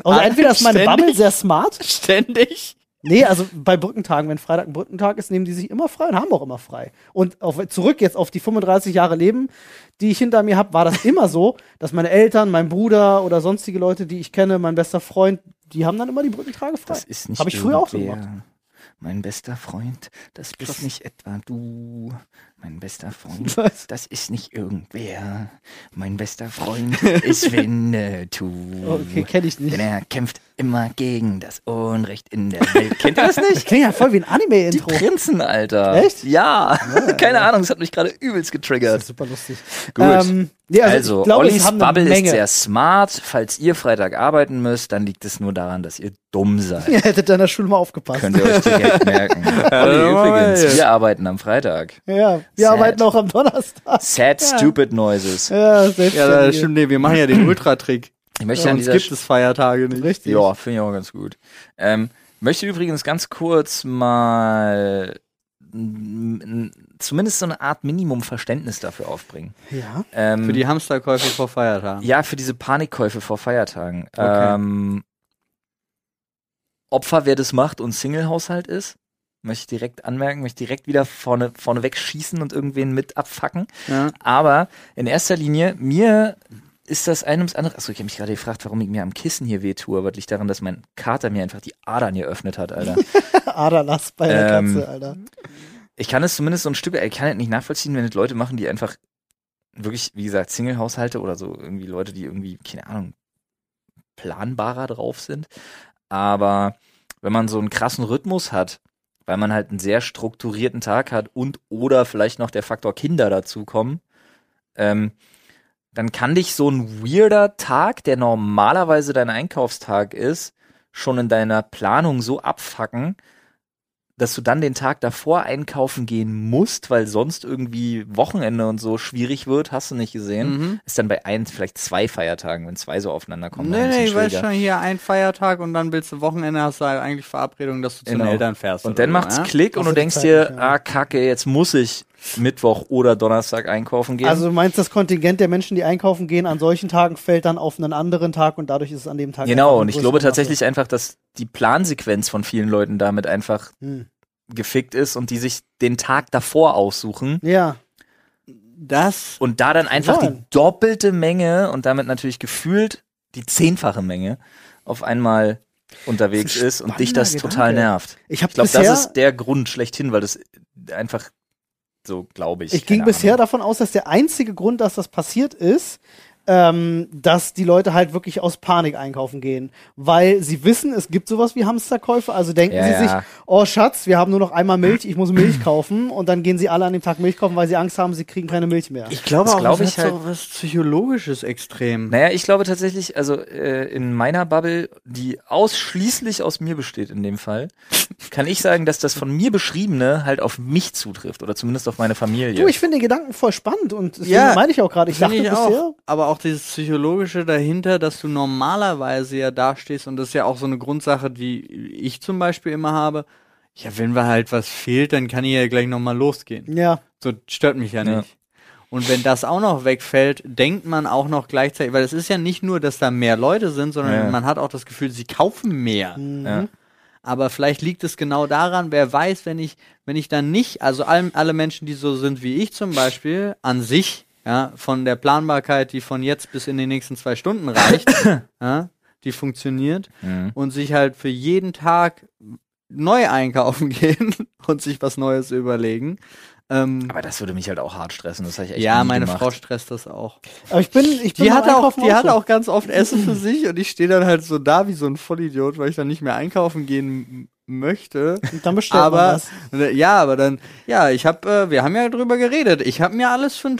S2: Also
S1: Alle
S2: entweder ist meine
S1: ständig?
S2: Bubble sehr smart.
S1: Ständig.
S2: Nee, also bei Brückentagen, wenn Freitag ein Brückentag ist, nehmen die sich immer frei und haben auch immer frei. Und auf, zurück jetzt auf die 35 Jahre Leben, die ich hinter mir habe, war das immer so, dass meine Eltern, mein Bruder oder sonstige Leute, die ich kenne, mein bester Freund, die haben dann immer die Brückentage frei.
S3: Das ist nicht
S2: Habe ich früher auch so
S3: irgendwer.
S2: gemacht.
S3: Mein bester Freund, das bist nicht etwa du. Mein bester Freund,
S2: Was?
S3: das ist nicht irgendwer. Mein bester Freund ist Winnetou.
S2: Okay, kenne ich nicht.
S3: Denn er kämpft immer gegen das Unrecht in der Welt. Kennt ihr das
S2: Das
S3: nicht?
S2: klingt ja voll wie ein
S3: Die
S2: Anime-Intro.
S3: Prinzen, Alter.
S2: Echt?
S3: Ja. Keine Ahnung, es hat mich gerade übelst getriggert.
S2: Das ist super lustig.
S3: Gut.
S2: nee,
S3: Also,
S2: Ähm, ich glaube, es
S3: Ollis
S2: haben eine
S3: Bubble
S2: Menge.
S3: ist sehr smart. Falls ihr Freitag arbeiten müsst, dann liegt es nur daran, dass ihr dumm seid.
S2: Ihr hättet in der Schule mal aufgepasst.
S3: Könnt ihr euch direkt merken. Olli,
S1: Jawohl.
S3: übrigens, wir arbeiten am Freitag.
S2: ja, wir
S3: Sad.
S2: arbeiten auch am Donnerstag.
S3: Sad, stupid noises.
S2: Ja,
S1: Ja, das
S2: selbstständig.
S1: stimmt. Nee, wir machen ja den Ultratrick.
S3: Ich möchte
S1: Ja,
S3: an
S1: Sonst
S3: dieser
S1: gibt es Feiertage nicht. Richtig.
S3: Ja, finde ich auch ganz gut. Ähm, möchte übrigens ganz kurz mal n- n- zumindest so eine Art Minimumverständnis dafür aufbringen.
S2: ja.
S3: Ähm,
S1: Für die Hamsterkäufe vor Feiertagen.
S3: Ja, für diese Panikkäufe vor Feiertagen.
S1: Okay.
S3: Ähm, Opfer, wer das macht und Single-Haushalt ist, möchte ich direkt anmerken, möchte ich direkt wieder vorne, vorne wegschießen und irgendwen mit abfacken.
S1: Ja.
S3: Aber in erster Linie, mir ist das ein ums andere. Achso, ich habe mich gerade gefragt, warum ich mir am Kissen hier weh tue, aber das liegt daran, dass mein Kater mir einfach die Adern geöffnet hat, Alter.
S2: Aderlass bei der
S3: Ähm,
S2: Katze, Alter.
S3: ich kann es zumindest so ein Stück, ich kann es nicht nachvollziehen, wenn es Leute machen, die einfach wirklich, wie gesagt, Single-Haushalte oder so irgendwie Leute, die irgendwie, keine Ahnung, planbarer drauf sind. Aber wenn man so einen krassen Rhythmus hat, weil man halt einen sehr strukturierten Tag hat und oder vielleicht noch der Faktor Kinder dazukommen, ähm, dann kann dich so ein weirder Tag, der normalerweise dein Einkaufstag ist, schon in deiner Planung so abfacken, dass du dann den Tag davor einkaufen gehen musst, weil sonst irgendwie Wochenende und so schwierig wird, hast du nicht gesehen.
S1: Mhm.
S3: Ist dann bei ein, vielleicht zwei Feiertagen, wenn zwei so aufeinander kommen.
S1: Nee,
S3: dann ist es
S1: nee, ich weiß
S3: schwieriger.
S1: schon, hier ein Feiertag und dann willst du Wochenende, hast du halt eigentlich Verabredung, dass du zu den
S3: Genau.
S1: Eltern fährst.
S3: Und
S1: oder
S3: dann
S1: so,
S3: macht's
S1: ja?
S3: Klick
S2: Hast
S3: und du
S2: du die
S3: denkst
S2: Zeit
S3: dir,
S2: nicht, ja.
S3: ah, kacke, jetzt muss ich Mittwoch oder Donnerstag einkaufen gehen.
S2: Also du meinst, das Kontingent der Menschen, die einkaufen gehen, an solchen Tagen fällt dann auf einen anderen Tag und dadurch ist es an dem Tag. einfach
S3: genau,
S2: eine
S3: und ich
S2: größere
S3: glaube
S2: Masse.
S3: tatsächlich einfach, dass die Plansequenz von vielen Leuten damit einfach
S2: Hm.
S3: gefickt ist und die sich den Tag davor aussuchen
S2: Ja,
S1: Das
S3: und da dann einfach die
S2: sein.
S3: doppelte Menge und damit natürlich gefühlt die zehnfache Menge auf einmal unterwegs
S2: Das ist ein
S3: ist und dich
S2: spannender
S3: das total
S2: Gedanke.
S3: nervt.
S2: ich habe
S3: Ich glaube,
S2: bisher,
S3: das ist der Grund schlechthin, weil das einfach so, glaube ich.
S2: ich ging
S3: keine
S2: bisher
S3: Ahnung.
S2: davon aus, dass der einzige Grund, dass das passiert ist, ähm, dass die Leute halt wirklich aus Panik einkaufen gehen, weil sie wissen, es gibt sowas wie Hamsterkäufe, also denken
S3: Ja,
S2: sie
S3: ja.
S2: sich, oh Schatz, wir haben nur noch einmal Milch, ich muss Milch kaufen und dann gehen sie alle an dem Tag Milch kaufen, weil sie Angst haben, sie kriegen keine Milch mehr.
S1: Ich glaube
S3: Das
S1: auch,
S3: glaub
S1: das
S3: ich
S1: hat
S3: halt-
S1: so was Psychologisches extrem.
S3: Naja, ich glaube tatsächlich, also äh, in meiner Bubble, die ausschließlich aus mir besteht in dem Fall, kann ich sagen, dass das von mir beschriebene halt auf mich zutrifft oder zumindest auf meine Familie.
S2: Du, ich finde den Gedanken voll spannend und das
S1: Ja,
S2: meine ich auch gerade. Ich dachte
S1: Finde ich
S2: bisher,
S1: auch. Aber auch dieses Psychologische dahinter, dass du normalerweise ja dastehst und das ist ja auch so eine Grundsache, die ich zum Beispiel immer habe. Ja, wenn mir halt was fehlt, dann kann ich ja gleich nochmal losgehen.
S2: ja,
S1: So stört mich ja
S3: Ja.
S1: nicht. Und wenn das auch noch wegfällt, denkt man auch noch gleichzeitig, weil es ist ja nicht nur, dass da mehr Leute sind, sondern
S3: Ja.
S1: man hat auch das Gefühl, sie kaufen mehr.
S2: Hm. Mhm.
S3: ja.
S1: Aber vielleicht liegt es genau daran, wer weiß, wenn ich, wenn ich dann nicht, also all, alle Menschen, die so sind wie ich zum Beispiel, an sich, ja, von der Planbarkeit, die von jetzt bis in den nächsten zwei Stunden reicht, ja, die funktioniert
S3: Mhm.
S1: und sich halt für jeden Tag neu einkaufen gehen und sich was Neues überlegen, Ähm,
S3: Aber das würde mich halt auch hart stressen. Das habe ich echt
S1: ja,
S3: nie
S1: meine
S3: gemacht.
S1: Frau stresst das auch.
S2: Aber ich bin, ich
S1: Die
S2: bin beim
S1: hat auch,
S2: Einkaufen
S1: die hat
S2: so.
S1: auch ganz oft Essen für sich und ich stehe dann halt so da wie so ein Vollidiot, weil ich dann nicht mehr einkaufen gehen m- möchte.
S2: Und dann bestellt man
S1: Aber
S2: das.
S1: ja, aber dann ja, ich habe, äh, wir haben ja drüber geredet. Ich habe mir alles für einen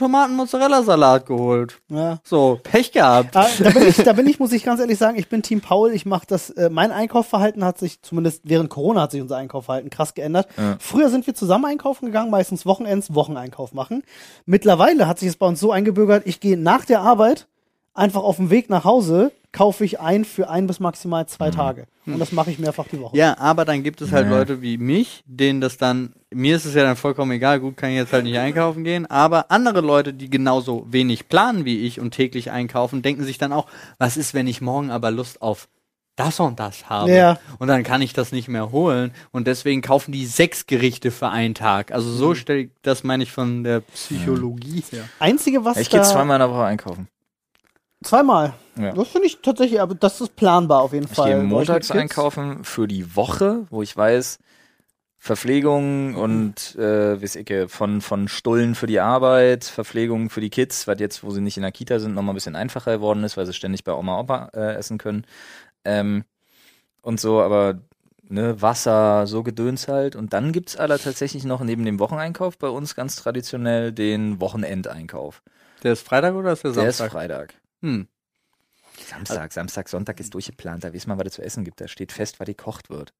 S1: Tomaten-Mozzarella-Salat geholt.
S2: Ja.
S1: So Pech gehabt.
S2: Ah, Da bin, ich, da bin ich, muss ich ganz ehrlich sagen, ich bin Team Paul. Ich mache das. Äh, mein Einkaufverhalten hat sich zumindest während Corona hat sich unser Einkaufverhalten krass geändert. Früher sind wir zusammen einkaufen gegangen, meistens Wochenends Wocheneinkauf machen. Mittlerweile hat sich es bei uns so eingebürgert. Ich gehe nach der Arbeit einfach auf dem Weg nach Hause kaufe ich ein für ein bis maximal
S3: Mhm.
S2: zwei Tage und das mache ich mehrfach die Woche.
S1: Ja, aber dann gibt es halt
S3: Nee.
S1: Leute wie mich, denen das dann, mir ist es ja dann vollkommen egal, gut, kann ich jetzt halt nicht einkaufen gehen, aber andere Leute, die genauso wenig planen wie ich und täglich einkaufen, denken sich dann auch, was ist, wenn ich morgen aber Lust auf das und das habe?
S2: Ja.
S1: Und dann kann ich das nicht mehr holen und deswegen kaufen die sechs Gerichte für einen Tag. Also so stelle ich, das meine ich von der Psychologie her.
S2: Einzige was
S3: Ich
S2: da
S3: gehe zweimal in der Woche einkaufen.
S2: zweimal.
S3: Ja.
S2: Das finde ich tatsächlich, aber das ist planbar auf jeden
S3: Ich
S2: Fall.
S3: gehe
S2: Bei euch mit
S3: montags
S2: Kids.
S3: einkaufen für die Woche, wo ich weiß, Verpflegung und äh, weiß ich, von, von Stullen für die Arbeit, Verpflegung für die Kids, was jetzt, wo sie nicht in der Kita sind, nochmal ein bisschen einfacher geworden ist, weil sie ständig bei Oma Opa äh, essen können. Ähm, und so, aber ne, Wasser, so Gedöns halt. Und dann gibt's aller tatsächlich noch neben dem Wocheneinkauf bei uns ganz traditionell den Wochenendeinkauf.
S1: Der ist Freitag oder ist der
S3: Der ist
S1: Samstag?
S3: Freitag.
S1: hm.
S3: Samstag, Samstag, Sonntag ist durchgeplant. Da weiß man, was es zu essen gibt. Da steht fest, was gekocht wird.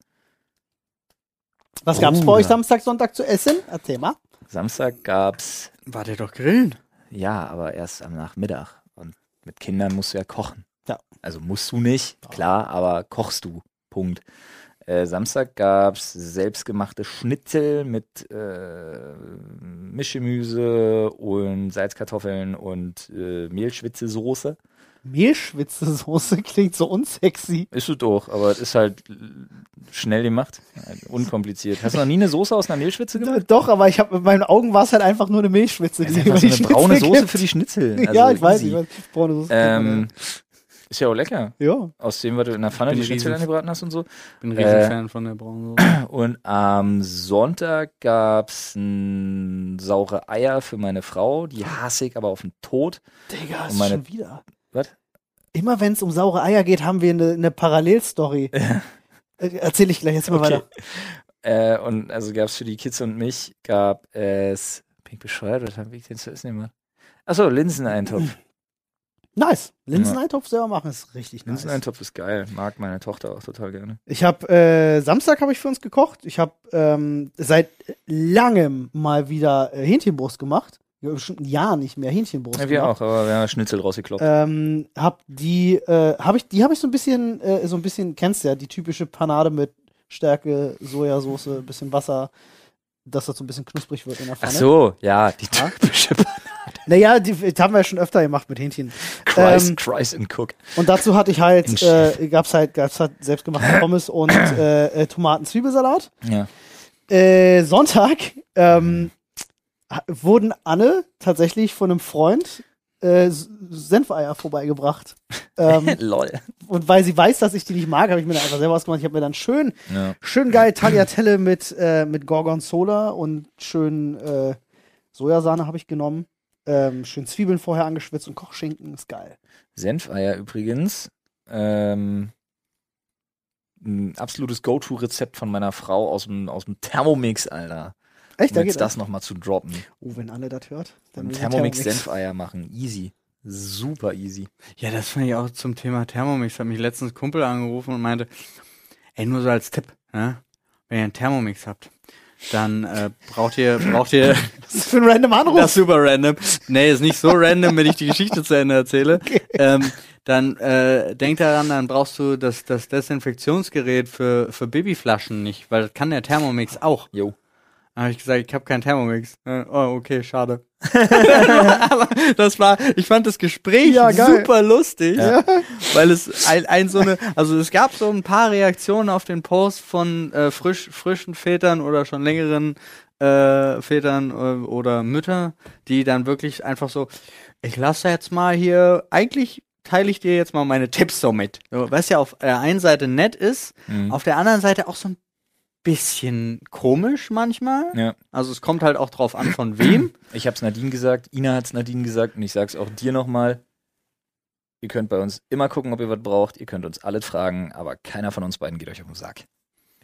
S2: Was gab's bei euch
S3: Bruder.
S2: Samstag, Sonntag zu essen? Erzähl mal.
S3: Samstag gab's,
S1: War der doch grillen?
S3: ja, aber erst am Nachmittag. Und mit Kindern musst du ja kochen.
S2: Ja.
S3: Also musst du nicht, klar, aber kochst du. Punkt. Äh, Samstag gab's selbstgemachte Schnitzel mit äh, Mischgemüse und Salzkartoffeln und äh, Mehlschwitze-Soße.
S2: Mehlschwitze-Soße klingt so unsexy.
S3: Ist es doch, aber es ist halt schnell gemacht, unkompliziert. Hast du noch nie eine Soße aus einer Mehlschwitze gemacht?
S2: Doch, aber ich habe mit meinen Augen war es halt einfach nur eine Mehlschwitze,
S3: Das
S2: die
S3: ist
S2: über
S3: einfach so
S2: die
S3: eine
S2: Schnitzel
S3: braune Soße
S2: gibt.
S3: für die Schnitzel. Also
S2: ja, ich weiß,
S3: easy.
S2: ich weiß. Braune Soße.
S3: Ähm, ist ja auch lecker.
S2: ja.
S3: Aus dem, was du in der Pfanne
S1: Ich bin
S3: die Schnitzel
S1: riesen-
S3: angebraten hast und so.
S1: Bin ein
S3: Äh.
S1: Riesenfan von der braunen Soße.
S3: Und am Sonntag gab's n saure Eier für meine Frau. Die hasse ich aber auf den Tod.
S2: Digga,
S3: und
S2: ist
S3: meine-
S2: schon wieder.
S3: Was?
S2: Immer wenn es um saure Eier geht, haben wir eine, eine Parallelstory. Äh, Erzähl ich gleich, jetzt mal weiter.
S3: Äh, und also gab's für die Kids und mich, gab es. Bin ich bescheuert? Was hab ich denn zu essen gemacht? Achso, Linseneintopf.
S2: Nice. Linseneintopf selber machen ist richtig nice.
S3: Linseneintopf ist geil. Mag meine Tochter auch total gerne.
S2: Ich habe äh, Samstag habe ich für uns gekocht. Ich habe ähm, seit langem mal wieder äh, Hähnchenbrust gemacht. Ja, bestimmt ein Jahr nicht mehr Hähnchenbrust.
S3: Ja, wir
S2: gemacht.
S3: auch, aber wir haben Schnitzel rausgekloppt.
S2: Ähm, hab die äh, habe ich die habe ich so ein bisschen äh, so ein bisschen kennst ja die typische Panade mit Stärke, Sojasauce, bisschen Wasser, dass das so ein bisschen knusprig wird in der
S3: Ach
S2: Pfanne.
S3: so, ja, die
S2: Ja?
S3: typische
S2: Naja, die, das haben wir ja schon öfter gemacht mit Hähnchen.
S3: Christ,
S2: Ähm,
S3: Christ and Cook.
S2: Und dazu hatte ich halt
S3: Entschärft.
S2: äh, gab's halt gab's halt selbstgemachte Pommes und äh, äh, Tomaten-Zwiebelsalat.
S3: Ja.
S2: äh, Sonntag ähm, ha- wurden Anne tatsächlich von einem Freund äh, S- Senfeier vorbeigebracht. Ähm,
S3: Lol.
S2: und weil sie weiß, dass ich die nicht mag, habe ich mir dann einfach selber was gemacht. Ich habe mir dann schön,
S3: Ja.
S2: schön geil Tagliatelle mit, äh, mit Gorgonzola und schön äh, Sojasahne habe ich genommen. Ähm, schön Zwiebeln vorher angeschwitzt und Kochschinken ist geil.
S3: Senfeier übrigens. Ähm, ein absolutes Go-To-Rezept von meiner Frau aus dem, aus dem Thermomix, Alter.
S2: Echt,
S3: Um
S2: da
S3: jetzt
S2: geht
S3: das nochmal zu droppen.
S2: Oh, wenn Anne das hört, dann
S3: Ein
S2: will sie
S3: Thermomix Senfeier machen. Easy. Super easy.
S1: Ja, das fand ich auch zum Thema Thermomix. Hat mich letztens ein Kumpel angerufen und meinte, ey, nur so als Tipp, ne? wenn ihr einen Thermomix habt, dann äh, braucht ihr, braucht ihr
S2: Was ist das für ein random Anruf?
S1: das ist super random. Nee, ist nicht so random, wenn ich die Geschichte zu Ende erzähle. Ähm, dann äh, denk daran, dann brauchst du das, das Desinfektionsgerät für, für Babyflaschen nicht, weil das kann der Thermomix auch.
S3: Jo.
S1: Dann habe ich gesagt, ich habe keinen Thermomix. Äh, Oh, okay, schade. Aber das war, ich fand das Gespräch
S2: Ja, geil.
S1: super lustig,
S3: Ja.
S1: weil es ein, ein so eine, also es gab so ein paar Reaktionen auf den Post von äh, frisch, frischen Vätern oder schon längeren äh, Vätern äh, oder Mütter, die dann wirklich einfach so, ich lasse jetzt mal hier, eigentlich teile ich dir jetzt mal meine Tipps so mit. So, Was ja auf der einen Seite nett ist,
S3: Mhm.
S1: auf der anderen Seite auch so ein bisschen komisch manchmal.
S3: Ja.
S1: Also es kommt halt auch drauf an, von wem.
S3: Ich hab's Nadine gesagt, Ina hat's Nadine gesagt und ich sag's auch dir nochmal. Ihr könnt bei uns immer gucken, ob ihr was braucht. Ihr könnt uns alles fragen, aber keiner von uns beiden geht euch auf den Sack.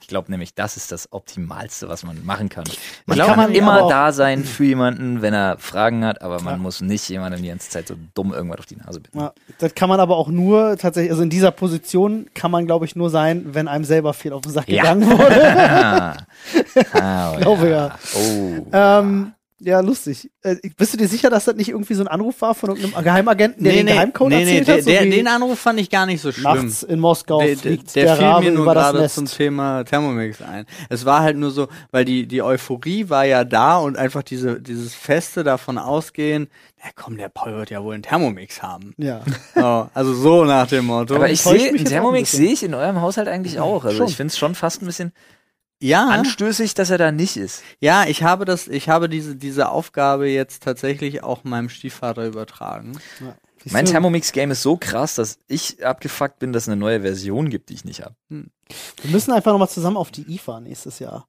S3: Ich glaube nämlich, das ist das Optimalste, was man machen kann. Man
S2: glaub,
S3: kann
S2: man aber
S3: immer
S2: auch-
S3: da sein für jemanden, wenn er Fragen hat, aber man
S2: Ja.
S3: muss nicht jemandem die ganze Zeit so dumm irgendwas auf die Nase bitten.
S2: Ja, das kann man aber auch nur tatsächlich, also in dieser Position kann man, glaube ich, nur sein, wenn einem selber viel auf den Sack
S3: Ja.
S2: gegangen wurde.
S3: Ah. Ah,
S2: glaube, ja.
S3: Oh.
S2: ähm, ja, lustig. Äh, bist du dir sicher, dass das nicht irgendwie so ein Anruf war von irgendeinem Geheimagenten, der den Geheimcode erzählt
S1: der,
S2: hat? So
S1: der,
S2: wie
S1: den Anruf fand ich gar nicht so schlimm.
S2: nachts in Moskau
S1: Der, der,
S2: fliegt
S1: der
S2: der,
S1: fiel
S2: Rabe
S1: mir nur
S2: über das
S1: gerade
S2: Nest.
S1: zum Thema Thermomix ein. Es war halt nur so, weil die, die Euphorie war ja da und einfach diese, dieses Feste davon ausgehen, na komm, der Paul wird ja wohl einen Thermomix haben.
S2: ja.
S1: So, also so nach dem Motto.
S3: Aber ich
S2: Täuscht
S3: sehe,
S2: mich jetzt
S3: einen
S2: auch ein
S3: Thermomix
S2: bisschen.
S3: sehe ich in eurem Haushalt eigentlich auch. Also
S2: schon.
S3: ich finde es schon fast ein bisschen
S1: ja,
S3: anstößig, dass er da nicht ist.
S1: ja, ich habe das, ich habe diese, diese Aufgabe jetzt tatsächlich auch meinem Stiefvater übertragen.
S2: Ja.
S3: Mein
S2: Siehst du,
S3: Thermomix-Game ist so krass, dass ich abgefuckt bin, dass es eine neue Version gibt, die ich nicht habe.
S2: wir müssen einfach nochmal zusammen auf die IFA nächstes Jahr.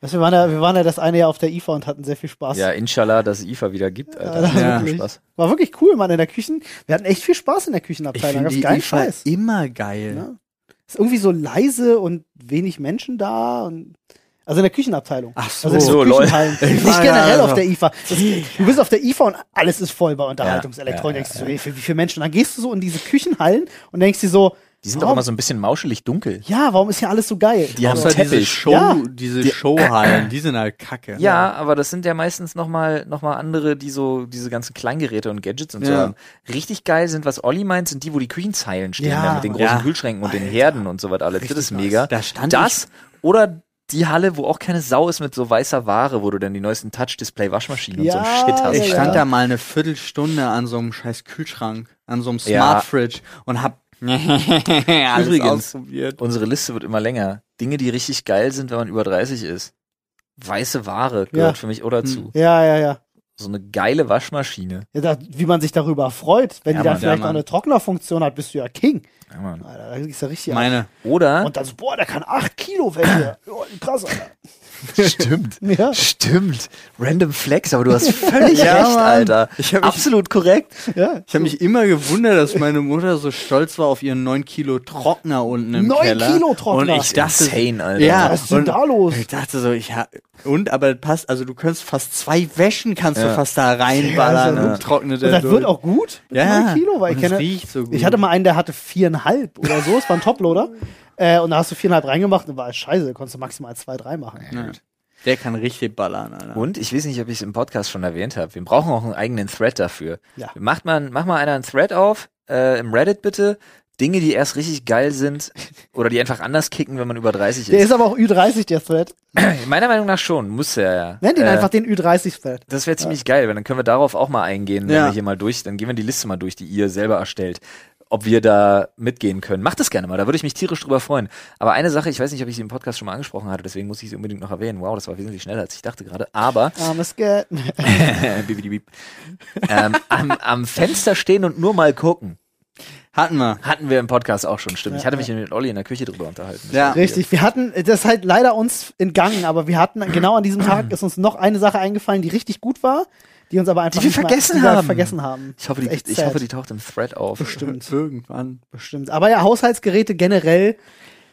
S2: Weißt, du, wir, waren ja, wir waren ja das eine Jahr auf der IFA und hatten sehr viel Spaß.
S3: Ja, inshallah, dass es IFA wieder gibt, Alter.
S2: Alter,
S1: Ja.
S2: wirklich.
S3: Spaß.
S2: War wirklich cool, Mann, in der Küche. Wir hatten echt viel Spaß in der Küchenabteilung. Gab's geilen Scheiß.
S1: immer geil.
S2: Ja. Ist irgendwie so leise und wenig Menschen da und also in der Küchenabteilung.
S1: Ach so.
S2: also in den
S3: So, lol.
S2: Küchenhallen.
S1: Ich
S2: Nicht
S1: war ja
S2: generell
S1: also-
S2: auf der IFA. Das, du bist auf der IFA und alles ist voll bei Unterhaltungselektronik.
S3: Ja, ja,
S2: Ja, Wie viel- wie viele Menschen? Und dann gehst du so in diese Küchenhallen und denkst dir so,
S3: Die sind auch
S2: warum,
S3: immer so ein bisschen mauschelig dunkel.
S2: ja, warum ist hier alles so geil?
S3: Die haben
S2: also,
S1: Außer diese
S3: Teppich.
S1: Show,
S2: Ja.
S1: diese Showhallen, die sind halt kacke.
S3: Ja, aber das sind ja meistens nochmal noch mal andere, die so diese ganzen Kleingeräte und Gadgets und so
S1: Ja.
S3: haben. Richtig geil sind, was Olli meint, sind die, wo die Küchenzeilen stehen,
S2: Ja,
S3: da mit den
S1: Mann.
S3: großen
S1: Ja.
S3: Kühlschränken und den Herden und so was alles. Das ist mega.
S1: Da stand
S3: das oder die Halle, wo auch keine Sau ist mit so weißer Ware, wo du dann die neuesten Touch-Display-Waschmaschinen und so
S2: Ja,
S3: ein Shit hast.
S1: ich, ich
S2: ja,
S1: stand
S2: ja.
S1: da mal eine Viertelstunde an so einem scheiß Kühlschrank, an so einem
S3: Ja.
S1: Smart Fridge und hab alles
S3: Übrigens.
S1: ausprobiert.
S3: Unsere Liste wird immer länger. Dinge, die richtig geil sind, wenn man über 30 ist. Weiße Ware gehört
S2: Ja.
S3: für mich
S1: Hm.
S3: oder zu.
S2: ja, ja, ja.
S3: So eine geile Waschmaschine.
S2: ja da, wie man sich darüber freut, wenn
S3: Ja,
S2: die dann
S3: Mann, ja,
S2: vielleicht noch
S1: Mann.
S2: eine Trocknerfunktion hat, bist du ja King.
S3: Ja, Mann.
S2: Alter, da ist ja richtig.
S1: Meine.
S3: Oder
S2: Und dann so, boah, der kann 8 Kilo weg hier. Joa, krass, Alter.
S3: stimmt.
S2: Ja.
S3: Stimmt. Random Flex, aber du hast völlig
S1: Ja,
S3: recht,
S1: Mann.
S3: Alter.
S1: Ich hab mich-
S3: Absolut korrekt.
S2: Ja.
S1: Ich habe mich immer gewundert, dass meine Mutter so stolz war auf ihren 9 Kilo Trockner unten im
S2: Neun
S1: Keller.
S2: Kilo Trockner.
S1: Und ich dachte,
S3: Insane, Alter.
S1: ja,
S2: Was ist denn
S1: und
S2: da los?
S1: Ich dachte so, ich ha und aber das passt, also du kannst fast zwei Wäschen kannst du fast da reinballern
S2: Ja, also-
S1: und trocknet
S2: Und
S1: er
S2: das
S1: durch.
S2: wird auch gut mit
S1: Ja,
S2: 9 Kilo, weil ich
S1: und es
S2: kenne.
S1: riecht so gut.
S2: Ich hatte mal einen, der hatte viereinhalb oder so, es war ein Toploader. Äh, und da hast du viereinhalb reingemacht und war alles scheiße, da konntest du maximal zwei, drei machen.
S1: ja. Der kann richtig ballern, Alter.
S3: Und ich weiß nicht, ob ich es im Podcast schon erwähnt habe. Wir brauchen auch einen eigenen Thread dafür.
S2: Ja.
S3: Macht man, mach mal einer einen Thread auf, äh, im Reddit bitte. Dinge, die erst richtig geil sind oder die einfach anders kicken, wenn man über 30
S2: Der
S3: ist.
S2: ist aber auch Ü30, der Thread.
S3: Meiner Meinung nach schon, muss er ja.
S2: Nenn den
S3: Äh,
S2: einfach den Ü30-Thread.
S3: Das wäre ziemlich geil, weil dann können wir darauf auch mal eingehen, wenn
S1: Ja.
S3: wir hier mal durch, dann gehen wir die Liste mal durch, die ihr selber erstellt, ob wir da mitgehen können. Macht das gerne mal, da würde ich mich tierisch drüber freuen. Aber eine Sache, ich weiß nicht, ob ich sie im Podcast schon mal angesprochen hatte, deswegen muss ich sie unbedingt noch erwähnen. Wow, das war wesentlich schneller, als ich dachte gerade. Aber
S2: Armes Geld.
S3: bibidi-bib. ähm, am, am Fenster stehen und nur mal gucken.
S1: Hatten wir.
S3: Hatten wir im Podcast auch schon, stimmt. Ich hatte mich mit Olli in der Küche drüber unterhalten.
S1: Ja.
S3: Das war
S2: Richtig, wir hatten, das ist halt leider uns entgangen, aber wir hatten, genau an diesem Tag ist uns noch eine Sache eingefallen, die richtig gut war, die uns aber einfach
S3: Die wir
S2: nicht mehr-
S3: vergessen
S2: die wir
S3: haben.
S2: vergessen haben.
S3: Ich hoffe, die,
S2: Echt
S3: ich
S2: sad.
S3: hoffe, die taucht im Thread auf.
S2: Stimmt.
S1: Irgendwann.
S2: Bestimmt. Aber ja, Haushaltsgeräte generell,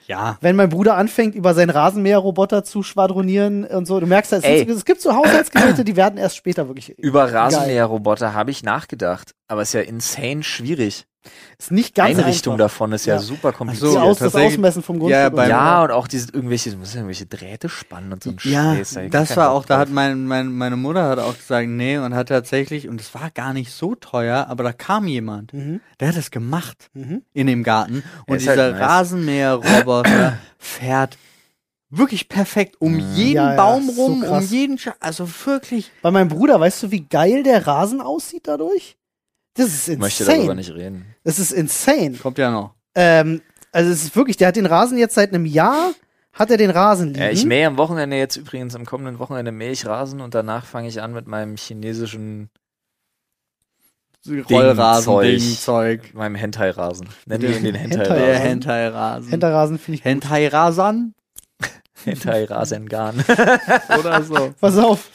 S1: Ja.
S2: wenn mein Bruder anfängt, über seinen Rasenmäherroboter zu schwadronieren und so, du merkst, halt, es,
S3: Ey.
S2: ist, es gibt so Haushaltsgeräte, die werden erst später wirklich.
S3: Über Rasenmäherroboter habe ich nachgedacht, aber ist ja insane schwierig.
S2: Ist nicht ganz
S3: Einrichtung
S2: einfach.
S3: davon ist ja,
S2: Ja.
S3: super kompliziert.
S2: Die
S1: So, ja,
S2: Aus, das
S1: tatsächlich-
S2: Ausmessen vom Grundstück.
S1: Ja,
S2: und
S1: beim-
S2: so.
S3: Ja, und auch diese irgendwelche, du musst ja irgendwelche Drähte spannen und so ein
S1: Ja,
S3: Scheiß. da hab ich
S1: das
S3: keinen
S1: war
S3: Bock
S1: auch, da hat
S3: drauf.
S1: mein, mein, meine Mutter hat auch gesagt, nee, und hat tatsächlich, und es war gar nicht so teuer, aber da kam jemand, der hat es gemacht in dem Garten. Und
S3: ist halt
S1: dieser
S3: nice.
S1: Rasenmäherroboter fährt wirklich perfekt um jeden
S2: Ja, ja,
S1: Baum
S2: ist so
S1: rum, um
S2: krass.
S1: jeden, Scha also wirklich.
S2: Bei meinem Bruder, weißt du, wie geil der Rasen aussieht dadurch? Das ist
S3: Ich
S2: insane.
S3: möchte darüber nicht reden.
S2: Das ist insane.
S1: Kommt ja noch.
S2: Ähm, also es ist wirklich, der hat den Rasen jetzt seit einem Jahr, hat er den Rasen liegen.
S3: Ja, Äh, ich mähe am Wochenende jetzt übrigens, am kommenden Wochenende mähe ich Rasen und danach fange ich an mit meinem chinesischen,
S1: Rollrasen,
S3: Zeug.
S1: Ding, Zeug.
S3: meinem Hentai-Rasen. Nennen wir ihn den
S2: Hentai.
S1: Der Hentai-Rasen.
S3: Hentai-Rasen.
S2: Hinterrasen finde ich
S1: Hentai-Rasan?
S3: Hentai Rasengan.
S1: Oder so.
S2: Pass auf.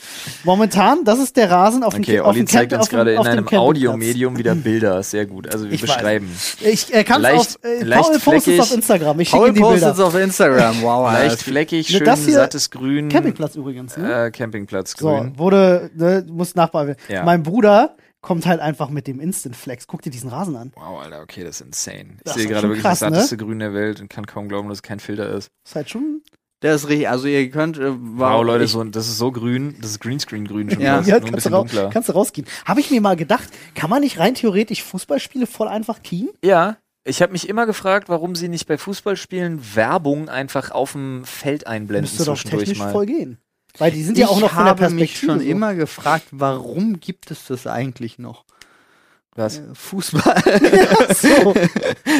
S2: Momentan, das ist der Rasen auf dem
S3: Okay,
S2: auf
S3: Olli
S2: dem
S3: zeigt
S2: Camp- auf
S3: uns
S2: dem-
S3: gerade in
S2: auf dem
S3: einem
S2: Campingplatz.
S3: Audiomedium wieder Bilder. Sehr gut. Also wir
S2: Ich weiß.
S3: beschreiben.
S2: Ich äh, kann
S3: Leicht-
S2: auf äh,
S3: leicht
S2: Paul postet
S3: fleckig.
S2: auf Instagram. Ich schicke
S1: Paul
S2: ihm die
S1: postet
S2: Bilder.
S1: auf Instagram. Wow,
S3: Leicht
S1: Alter.
S3: fleckig,
S2: Ne,
S3: schön
S2: das hier-
S3: sattes Grün.
S2: Campingplatz übrigens, ne?
S3: Äh, Campingplatz
S2: so,
S3: grün.
S2: wurde ne, muss nachbehalten.
S3: Ja.
S2: Mein Bruder kommt halt einfach mit dem Instant Flex. Guck dir diesen Rasen an.
S3: Wow, Alter, okay, das ist insane. Ich
S2: Das
S3: sehe
S2: ist
S3: gerade
S2: schon
S3: wirklich
S2: krass,
S3: das
S2: ne?
S3: satteste Grün der Welt und kann kaum glauben, dass es kein Filter ist.
S2: Ist halt schon
S1: Der ist richtig. Also ihr könnt. Äh,
S3: Wow, Leute,
S1: ich-
S3: so, das ist so grün, das ist Greenscreen-Grün schon
S1: Ja.
S3: fast,
S2: Ja,
S3: nur ein
S2: kannst, du
S3: bisschen
S2: raus,
S3: dunkler.
S2: kannst du rausgehen. Habe ich mir mal gedacht, kann man nicht rein theoretisch Fußballspiele voll einfach keen?
S3: Ja, ich habe mich immer gefragt, warum sie nicht bei Fußballspielen Werbung einfach auf dem Feld einblenden
S2: Müsste doch
S3: zwischendurch
S2: technisch
S3: mal.
S2: voll gehen. Weil die sind ja auch noch
S1: ich
S2: von der
S1: habe
S2: Perspektive.
S1: mich schon
S2: so.
S1: immer gefragt, warum gibt es das eigentlich noch?
S3: Was?
S1: Äh, Fußball.
S2: so.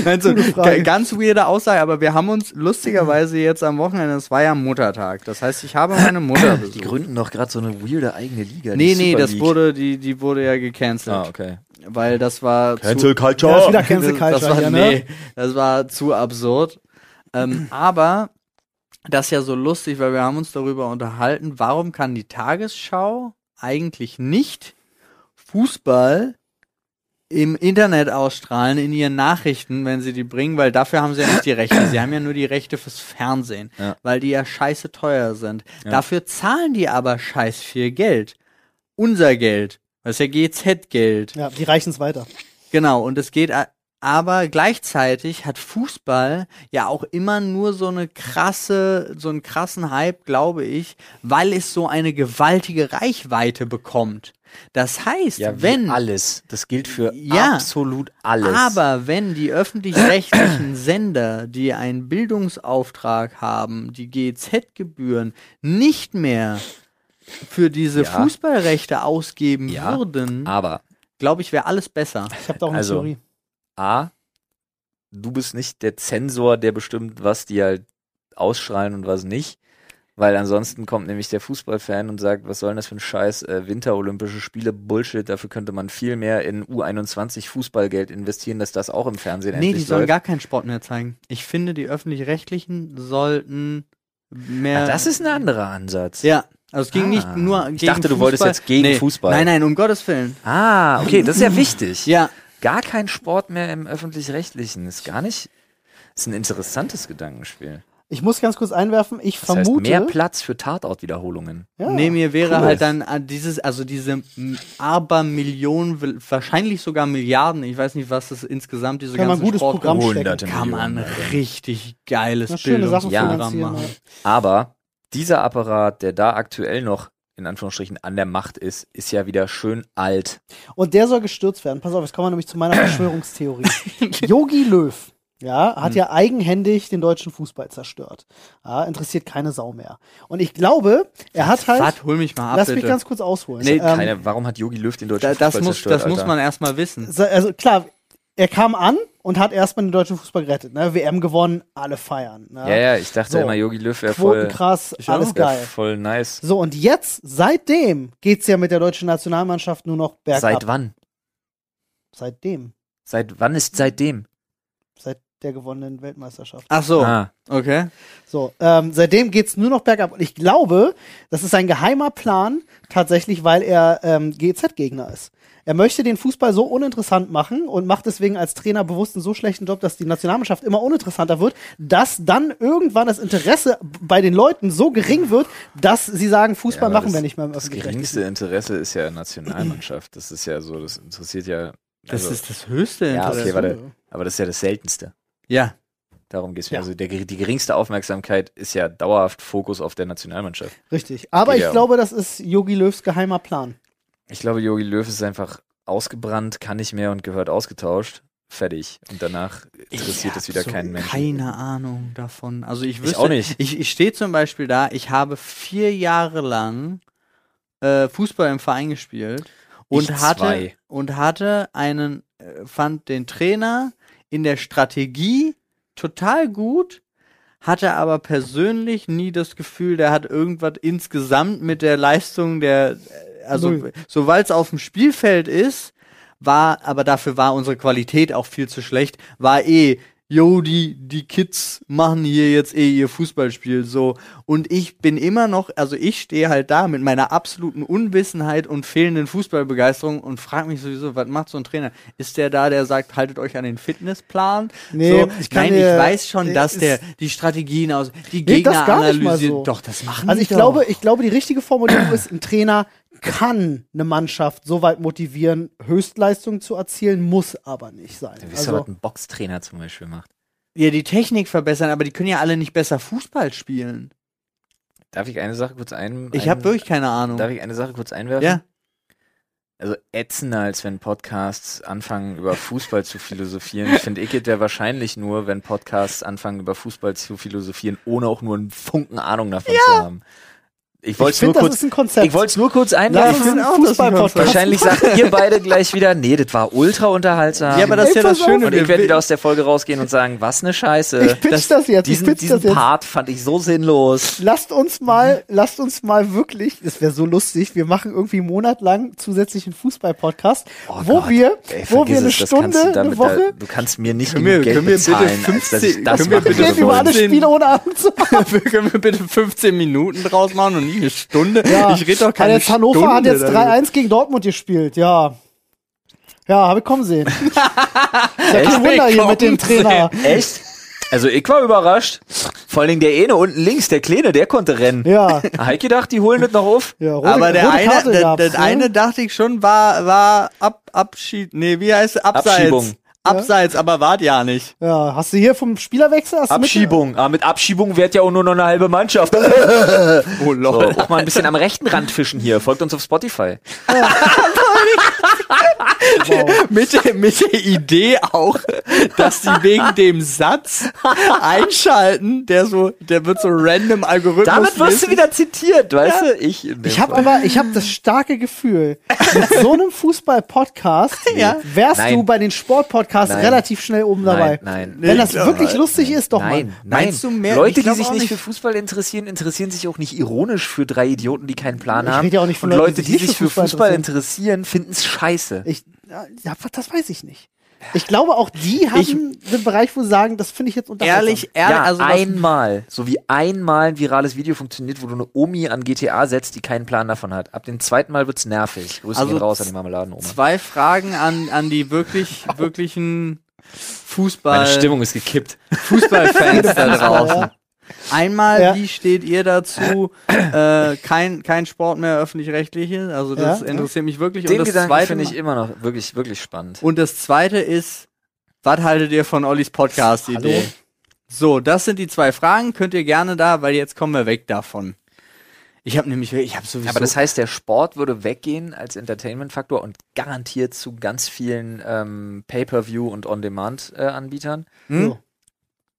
S1: Nein, so,
S2: Gute Frage.
S1: ga- ganz weirde Aussage, aber wir haben uns lustigerweise jetzt am Wochenende, es war ja Muttertag. Das heißt, ich habe meine Mutter
S3: Die
S1: besucht.
S3: gründen doch gerade so eine weirde eigene Liga.
S1: Nee,
S3: die
S1: nee,
S3: Super
S1: das
S3: League.
S1: wurde, die, die wurde ja gecancelt.
S3: Ah, okay.
S1: Weil das war zu,
S3: Culture.
S2: Ja, ist wieder Cancel Culture
S1: das war,
S2: hier, ne?
S1: nee, das war zu absurd. Ähm, aber das ist ja so lustig, weil wir haben uns darüber unterhalten, warum kann die Tagesschau eigentlich nicht Fußball im Internet ausstrahlen, in ihren Nachrichten, wenn sie die bringen, weil dafür haben sie ja nicht die Rechte. Sie haben ja nur die Rechte fürs Fernsehen,
S3: Ja.
S1: weil die ja scheiße teuer sind. Dafür zahlen die aber scheiß viel Geld. Unser Geld. Das ist ja GZ-Geld.
S2: Ja, die reichen es weiter.
S1: Genau, und es geht, a- aber gleichzeitig hat Fußball ja auch immer nur so eine krasse, so einen krassen Hype, glaube ich, weil es so eine gewaltige Reichweite bekommt. Das heißt,
S3: Ja, wie
S1: wenn,
S3: alles. Das gilt für
S1: Ja.
S3: absolut alles.
S1: aber wenn die öffentlich-rechtlichen Sender, die einen Bildungsauftrag haben, die GZ-Gebühren nicht mehr für diese
S3: Ja.
S1: Fußballrechte ausgeben
S3: Ja.
S1: würden,
S3: aber
S1: glaube ich, wäre alles besser.
S2: Ich habe da auch eine
S3: Also,
S2: Theorie.
S3: A, du bist nicht der Zensor, der bestimmt, was die halt ausstrahlen und was nicht. Weil ansonsten kommt nämlich der Fußballfan und sagt, was soll denn das für ein Scheiß, äh, Winterolympische Spiele, Bullshit, dafür könnte man viel mehr in U21 Fußballgeld investieren, dass das auch im Fernsehen
S1: Nee,
S3: endlich
S1: die sollen
S3: läuft.
S1: gar keinen Sport mehr zeigen. Ich finde, die öffentlich-rechtlichen sollten mehr.
S3: Ah, das ist ein anderer Ansatz.
S1: ja, also es ging
S3: Ah.
S1: nicht nur gegen
S3: Ich dachte, du
S1: Fußball.
S3: wolltest jetzt gegen
S1: nee.
S3: Fußball.
S1: Nein, nein, um Gottes Willen.
S3: Ah, okay, das ist ja wichtig.
S1: Ja,
S3: Gar kein Sport mehr im öffentlich-rechtlichen. Ist gar nicht. Ist ein interessantes Gedankenspiel.
S2: Ich muss ganz kurz einwerfen, ich
S3: Das heißt,
S2: vermute.
S3: mehr Platz für Tatortwiederholungen.
S2: ja,
S1: nee, mir wäre
S3: Ah, cool.
S1: halt dann an dieses, also diese m, Abermillionen, wahrscheinlich sogar Milliarden, ich weiß nicht, was das insgesamt, diese
S2: Kann man
S1: ganzen
S2: gutes Programm
S1: Sportgruppen,
S2: Hunderte
S1: kann man
S3: Millionen.
S1: richtig geiles
S2: Na, schöne Sachen
S1: Bildungsprogramm
S2: finanzieren.
S1: machen.
S2: ja.
S3: Aber dieser Apparat, der da aktuell noch in Anführungsstrichen an der Macht ist, ist ja wieder schön alt.
S2: Und der soll gestürzt werden. Pass auf, jetzt kommen wir nämlich zu meiner Verschwörungstheorie. Yogi Löw, ja,
S1: Hm.
S2: hat ja eigenhändig den deutschen Fußball zerstört. Ja, interessiert keine Sau mehr. Und ich glaube, er hat halt.
S1: Warte, hol mich mal ab,
S2: lass
S1: bitte.
S2: mich ganz kurz ausholen.
S1: Nee,
S2: Ähm,
S3: Keine, warum hat Yogi Löw den deutschen
S1: da, das
S3: Fußball
S1: muss,
S3: zerstört,
S1: das muss
S3: Alter?
S1: man erstmal wissen.
S2: So, also klar, er kam an und hat erstmal den deutschen Fußball gerettet. Ne? WM gewonnen, alle feiern. Ne?
S3: Ja, ja, ich dachte
S2: So.
S3: immer, Yogi Löw wäre
S2: Quoten
S3: voll,
S2: krass,
S1: Ich
S2: alles
S1: auch.
S3: wär
S2: geil.
S3: voll nice.
S2: So, und jetzt, seitdem geht's ja mit der deutschen Nationalmannschaft nur noch bergab.
S3: Seit wann?
S2: Seitdem.
S3: Seit wann ist seitdem?
S2: Seit der gewonnenen Weltmeisterschaft.
S1: Ach so,
S3: Ah,
S1: okay.
S2: So, ähm, seitdem geht's nur noch bergab. Und ich glaube, das ist ein geheimer Plan, tatsächlich, weil er ähm, GEZ-Gegner ist. Er möchte den Fußball so uninteressant machen und macht deswegen als Trainer bewusst einen so schlechten Job, dass die Nationalmannschaft immer uninteressanter wird, dass dann irgendwann das Interesse b- bei den Leuten so gering wird, dass sie sagen, Fußball
S3: Ja, aber
S2: machen wir
S3: das-
S2: nicht mehr im
S3: das
S2: Öffentlich-Rechtlichen.
S3: geringste Interesse ist ja Nationalmannschaft. Das ist ja so, das interessiert ja.
S1: Das
S3: also-
S1: ist das höchste
S3: Ja,
S1: Interesse.
S3: okay, warte. Aber das ist ja das Seltenste.
S1: Ja,
S3: Darum geht es mir.
S2: Ja.
S3: Also der, die geringste Aufmerksamkeit ist ja dauerhaft Fokus auf der Nationalmannschaft.
S2: Richtig. Aber
S3: Geht
S2: ich
S3: ja um-
S2: glaube, das ist Yogi Löws geheimer Plan.
S3: Ich glaube, Jogi Löw ist einfach ausgebrannt, kann nicht mehr und gehört ausgetauscht. Fertig. Und danach interessiert es wieder
S1: so
S3: keinen Menschen.
S1: Keine Ahnung davon. Also ich
S3: Ich
S1: wüsste,
S3: auch nicht.
S1: Ich, ich stehe zum Beispiel da, ich habe vier Jahre lang äh, Fußball im Verein gespielt und
S3: Ich
S1: hatte
S3: zwei.
S1: und hatte einen äh, fand den Trainer in der Strategie total gut, hatte aber persönlich nie das Gefühl, der hat irgendwas insgesamt mit der Leistung der äh, also
S2: Null.
S1: sobald es auf dem Spielfeld ist, war aber dafür war unsere Qualität auch viel zu schlecht, war eh yo, die, die Kids machen hier jetzt eh ihr Fußballspiel so. Und ich bin immer noch, also ich stehe halt da mit meiner absoluten Unwissenheit und fehlenden Fußballbegeisterung und frage mich sowieso, was macht so ein Trainer? Ist der da, der sagt, haltet euch an den Fitnessplan?
S2: Nee,
S1: so,
S2: ich kann
S1: nein,
S2: dir-
S1: ich weiß schon, dass
S2: ist-
S1: der die Strategien aus, die
S2: Nee, das
S1: Gegner
S2: gar nicht mal
S1: analysieren.
S2: so.
S1: Doch, das machen
S2: Also
S1: die
S2: ich
S1: doch.
S2: glaube, ich glaube, die richtige Formulierung ist, ein Trainer kann eine Mannschaft so weit motivieren, Höchstleistungen zu erzielen, muss aber nicht sein.
S3: Du weißt ja,
S2: Also,
S3: was ein Boxtrainer zum Beispiel macht.
S1: ja, die Technik verbessern, aber die können ja alle nicht besser Fußball spielen.
S3: Darf ich eine Sache kurz ein?
S1: Ich
S3: ein-
S1: habe wirklich keine Ahnung.
S3: Darf ich eine Sache kurz einwerfen?
S1: Ja.
S3: Also ätzender, als wenn Podcasts anfangen, über Fußball zu philosophieren. Ich finde, Icket wäre wahrscheinlich nur, wenn Podcasts anfangen, über Fußball zu philosophieren, ohne auch nur einen Funken Ahnung davon zu haben. Ich wollte
S2: ich
S3: es nur
S2: finde, das ist
S3: kurz,
S2: ein Konzept.
S3: ich wollte es nur kurz
S2: Lass
S3: einwerfen.
S2: uns einen
S1: auch, dass ich
S2: Fußball-Podcast
S3: Wahrscheinlich sagt ihr beide gleich wieder, nee, das war ultra unterhaltsam.
S1: Ja, aber das ist ja
S2: Ey,
S1: das
S2: pass auf.
S1: Schöne.
S3: und ich
S1: wir-
S3: werde wieder aus der Folge rausgehen und sagen, was eine Scheiße.
S2: Ich pitch das jetzt, ich
S3: Diesen,
S2: pitch
S3: diesen
S2: das jetzt.
S3: Part fand ich so sinnlos.
S2: Lasst uns mal,
S3: Mhm.
S2: lasst uns mal wirklich, es wäre so lustig, wir machen irgendwie monatlang zusätzlich einen Fußball-Podcast,
S3: Oh
S2: wo
S3: Gott.
S2: wir,
S3: Ey,
S2: wo
S3: vergiss
S2: wir eine
S3: es, das
S2: Stunde,
S3: kannst du damit
S2: eine Woche,
S3: Da, du kannst mir nicht
S1: Können
S3: genug
S1: wir-
S3: Geld
S1: können wir bitte
S3: bezahlen, als dass
S1: 50
S3: ich das
S1: können wir
S3: machen
S1: bitte
S2: reden
S3: würde
S2: über
S3: wollen.
S2: alle
S1: Sinn.
S2: Spiele ohne Ahnung zu haben.
S1: Können wir bitte 15 Minuten draus machen und nicht eine Stunde? Ich rede doch keine
S2: Ah, Jetzt Hannover
S1: Stunde.
S2: hat jetzt
S1: darüber.
S2: 3-1 gegen Dortmund gespielt, ja. Ja, habe ich kommen sehen. Ist ja kein
S1: Hab ich
S2: Wunder hier
S1: kommen
S2: mit dem Trainer.
S3: Echt? Also ich war überrascht. Vor allen Dingen der eine unten links, der Kleine, der konnte rennen.
S2: Ja,
S3: Hab ich gedacht, die holen das noch auf.
S2: ja rote,
S1: Aber der
S2: rote
S1: eine,
S2: Karte
S1: der,
S2: gab's,
S1: der
S2: ne?
S1: eine dachte ich schon, war, war ab, Abschied, nee, wie heißt es? Abseits.
S3: Abschiebung.
S1: Abseits, aber war ja nicht.
S2: Ja, hast du hier vom Spielerwechsel? Hast du mit-
S3: Abschiebung. Ah, mit Abschiebung wird ja auch nur noch eine halbe Mannschaft.
S1: Oh
S3: So,
S1: lol.
S3: auch mal ein bisschen am rechten Rand fischen hier. Folgt uns auf Spotify.
S2: Wow.
S1: Mit, der- mit der Idee auch, dass die wegen dem Satz einschalten, der so, der wird so random Algorithmus.
S3: Damit wirst du wieder zitiert, weißt du? Ich, in dem
S2: Ich habe
S3: Fall.
S2: aber, ich habe das starke Gefühl, mit so einem Fußball-Podcast
S1: Ja.
S2: wärst
S3: Nein.
S2: du bei den Sport-Podcasts
S3: Nein.
S2: relativ schnell oben dabei.
S3: Nein, nein.
S2: Wenn das
S1: Nee, ich
S2: wirklich
S1: glaub-
S2: lustig ist, doch
S3: nein,
S2: mal.
S3: nein.
S1: Meinst du mehr- ich
S3: Leute, die
S1: glaub
S3: sich
S1: auch
S3: nicht,
S1: nicht.
S3: für Fußball interessieren, interessieren sich auch nicht ironisch für drei Idioten, die keinen Plan
S2: Ich
S3: haben.
S2: rede ja auch nicht von
S3: Und
S2: Leuten,
S3: Leute,
S2: die
S3: die
S2: sich
S3: sich
S2: nicht für
S3: für
S2: Fußball
S3: Fußball interessieren, finden es scheiße.
S2: Ich, ja, das weiß ich nicht. Ich glaube, auch die haben
S1: Ich-
S2: den Bereich, wo sie sagen, das finde ich jetzt unterhaltsam.
S1: Ehrlich, ehrlich,
S3: ja,
S1: also was-
S3: einmal, so wie einmal ein virales Video funktioniert, wo du eine Omi an GTA setzt, die keinen Plan davon hat. Ab dem zweiten Mal wird's nervig. Grüße
S1: Also
S3: gehen raus an
S1: z-
S3: die Marmeladenoma.
S1: zwei Fragen an, an die wirklich, wirklichen Fußball.
S3: ist gekippt.
S1: Fußballfans da draußen.
S2: Ja.
S1: Einmal,
S2: Ja.
S1: wie steht ihr dazu? Äh, kein, kein Sport mehr öffentlich-rechtliche. Also das
S2: Ja, ja.
S1: interessiert mich wirklich.
S3: Den
S1: und das
S3: Gedanken
S1: zweite
S3: finde ich immer noch wirklich, wirklich spannend.
S1: Und das zweite ist, was haltet ihr von Ollis Podcast-Idee?
S2: Hallo?
S1: So, das sind die zwei Fragen. Könnt ihr gerne da, weil jetzt kommen wir weg davon. Ich habe nämlich, ich habe sowieso.
S3: Aber das heißt, der Sport würde weggehen als Entertainment-Faktor und garantiert zu ganz vielen ähm, Pay-per-View und On-Demand-Anbietern.
S1: hm?
S2: Ja.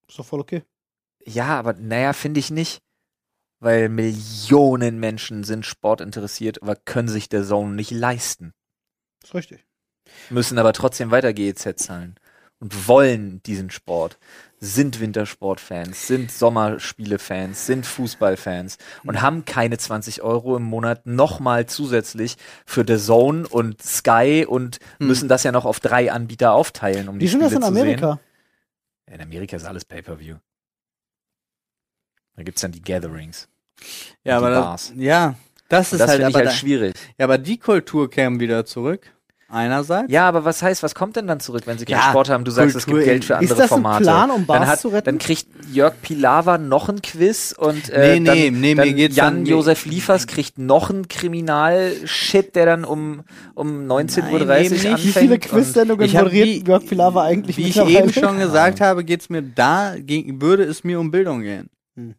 S2: Ist doch voll okay.
S3: Ja, aber naja, finde ich nicht. Weil Millionen Menschen sind Sport interessiert, aber können sich der Zone nicht leisten.
S2: Ist richtig.
S3: müssen aber trotzdem weiter GEZ zahlen und wollen diesen Sport, sind Wintersportfans, sind Sommerspielefans, sind Fußballfans
S1: Mhm.
S3: und haben keine 20 Euro im Monat nochmal zusätzlich für The Zone und Sky und
S1: Mhm.
S3: müssen das ja noch auf drei Anbieter aufteilen, um
S2: Wie
S3: die
S2: sind
S3: Spiele
S2: das in
S3: zu sehen.
S2: Amerika?
S3: In Amerika ist alles Pay-Per-View. Da gibt's dann die Gatherings.
S1: ja,
S3: die
S1: aber das,
S3: Bars.
S1: ja, das
S3: Und
S1: ist
S3: das
S1: halt,
S3: finde ich
S1: aber
S3: halt
S1: da,
S3: schwierig.
S1: ja, aber die Kultur käme wieder zurück. Einerseits.
S3: Ja, aber was heißt, was kommt denn dann zurück, wenn sie keinen
S1: Ja,
S3: Sport haben? Du sagst, es gibt
S1: Kultur-
S3: Geld für andere
S2: Ist das ein
S3: Formate.
S2: Plan, um Bars
S3: dann
S2: zu retten?
S3: Dann kriegt Jörg Pilawa noch ein Quiz und
S1: Nee,
S3: äh,
S1: nee,
S3: dann,
S1: nee, mir
S3: dann
S1: geht's dann-
S3: Jan Josef Liefers kriegt noch ein Kriminal-Shit, der dann um, um 19.30 Uhr
S1: Nein, eben nicht. Wie
S3: anfängt.
S2: Wie viele
S3: und
S2: Quizsendungen
S1: ich hab
S2: moderiert
S1: die-
S2: Jörg Pilawa eigentlich
S1: Wie ich
S2: mittlerweile?
S1: eben schon gesagt habe, geht's mir da, ging, würde es mir um Bildung gehen.
S2: Hm.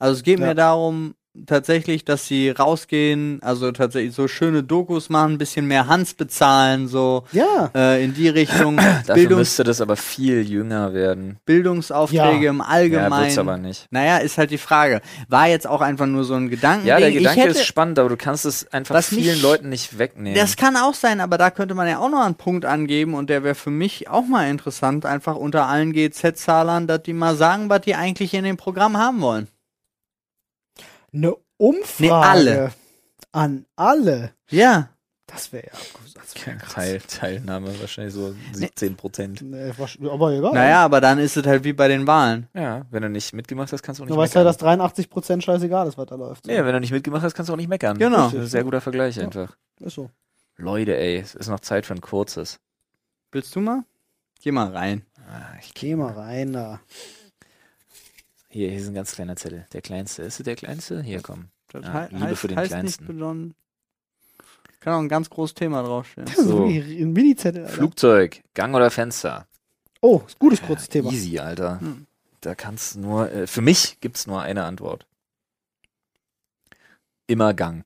S1: Also es geht
S2: Ja.
S1: mir darum, tatsächlich, dass sie rausgehen, also tatsächlich so schöne Dokus machen, ein bisschen mehr Hans bezahlen, so
S2: ja.
S1: äh, in die Richtung.
S3: Dafür
S1: Bildungs
S3: müsste das aber viel jünger werden.
S1: Bildungsaufträge
S2: Ja.
S1: im
S3: Ja,
S1: Allgemeinen.
S3: wird's aber nicht.
S1: naja, ist halt die Frage. War jetzt auch einfach nur so ein Gedanken.
S3: Ja, der
S1: Hm, ich
S3: Gedanke
S1: hätte,
S3: ist spannend, aber du kannst es einfach
S1: Was mich-
S3: vielen Leuten nicht wegnehmen.
S1: Das kann auch sein, aber da könnte man ja auch noch einen Punkt angeben und der wäre für mich auch mal interessant, einfach unter allen GZ-Zahlern, dass die mal sagen, was die eigentlich in dem Programm haben wollen.
S2: Eine
S1: Nee,
S2: Umfrage
S1: alle.
S2: an alle.
S1: Ja.
S2: Das wäre ja das wär krass.
S3: Teil, Teilnahme wahrscheinlich so 17 Prozent.
S2: Nee, wasch- aber egal.
S1: Naja, aber dann ist es halt wie bei den Wahlen.
S3: Ja, wenn du nicht mitgemacht hast, kannst du auch nicht
S2: du weißt ja,
S3: meckern.
S2: dass 83% scheißegal ist, was da läuft.
S3: nee, wenn du nicht mitgemacht hast, kannst du auch nicht meckern.
S1: Genau.
S3: Das ist ein sehr guter Vergleich einfach.
S2: Ist so.
S3: Leute, ey, es ist noch Zeit für ein kurzes.
S1: Willst du mal? Geh mal rein.
S3: Ah, ich
S2: Geh mal rein da.
S3: Hier, hier ist ein ganz kleiner Zettel. Der kleinste. Ist es der kleinste? Hier, komm.
S1: Das
S3: Ja,
S1: hei-
S3: Liebe
S1: heißt-
S3: für den
S1: heißt
S3: Kleinsten.
S1: Nicht besonnen. Kann auch ein ganz großes Thema draufstehen.
S2: Das ist
S3: So.
S2: wirklich ein Mini-Zettel. Alter.
S3: Flugzeug, Gang oder Fenster? Äh,
S2: Oh, ist gutes kurzes Thema.
S3: Easy, Alter.
S1: Hm.
S3: Da kannst nur, äh, für mich gibt's nur eine Antwort. Immer Gang.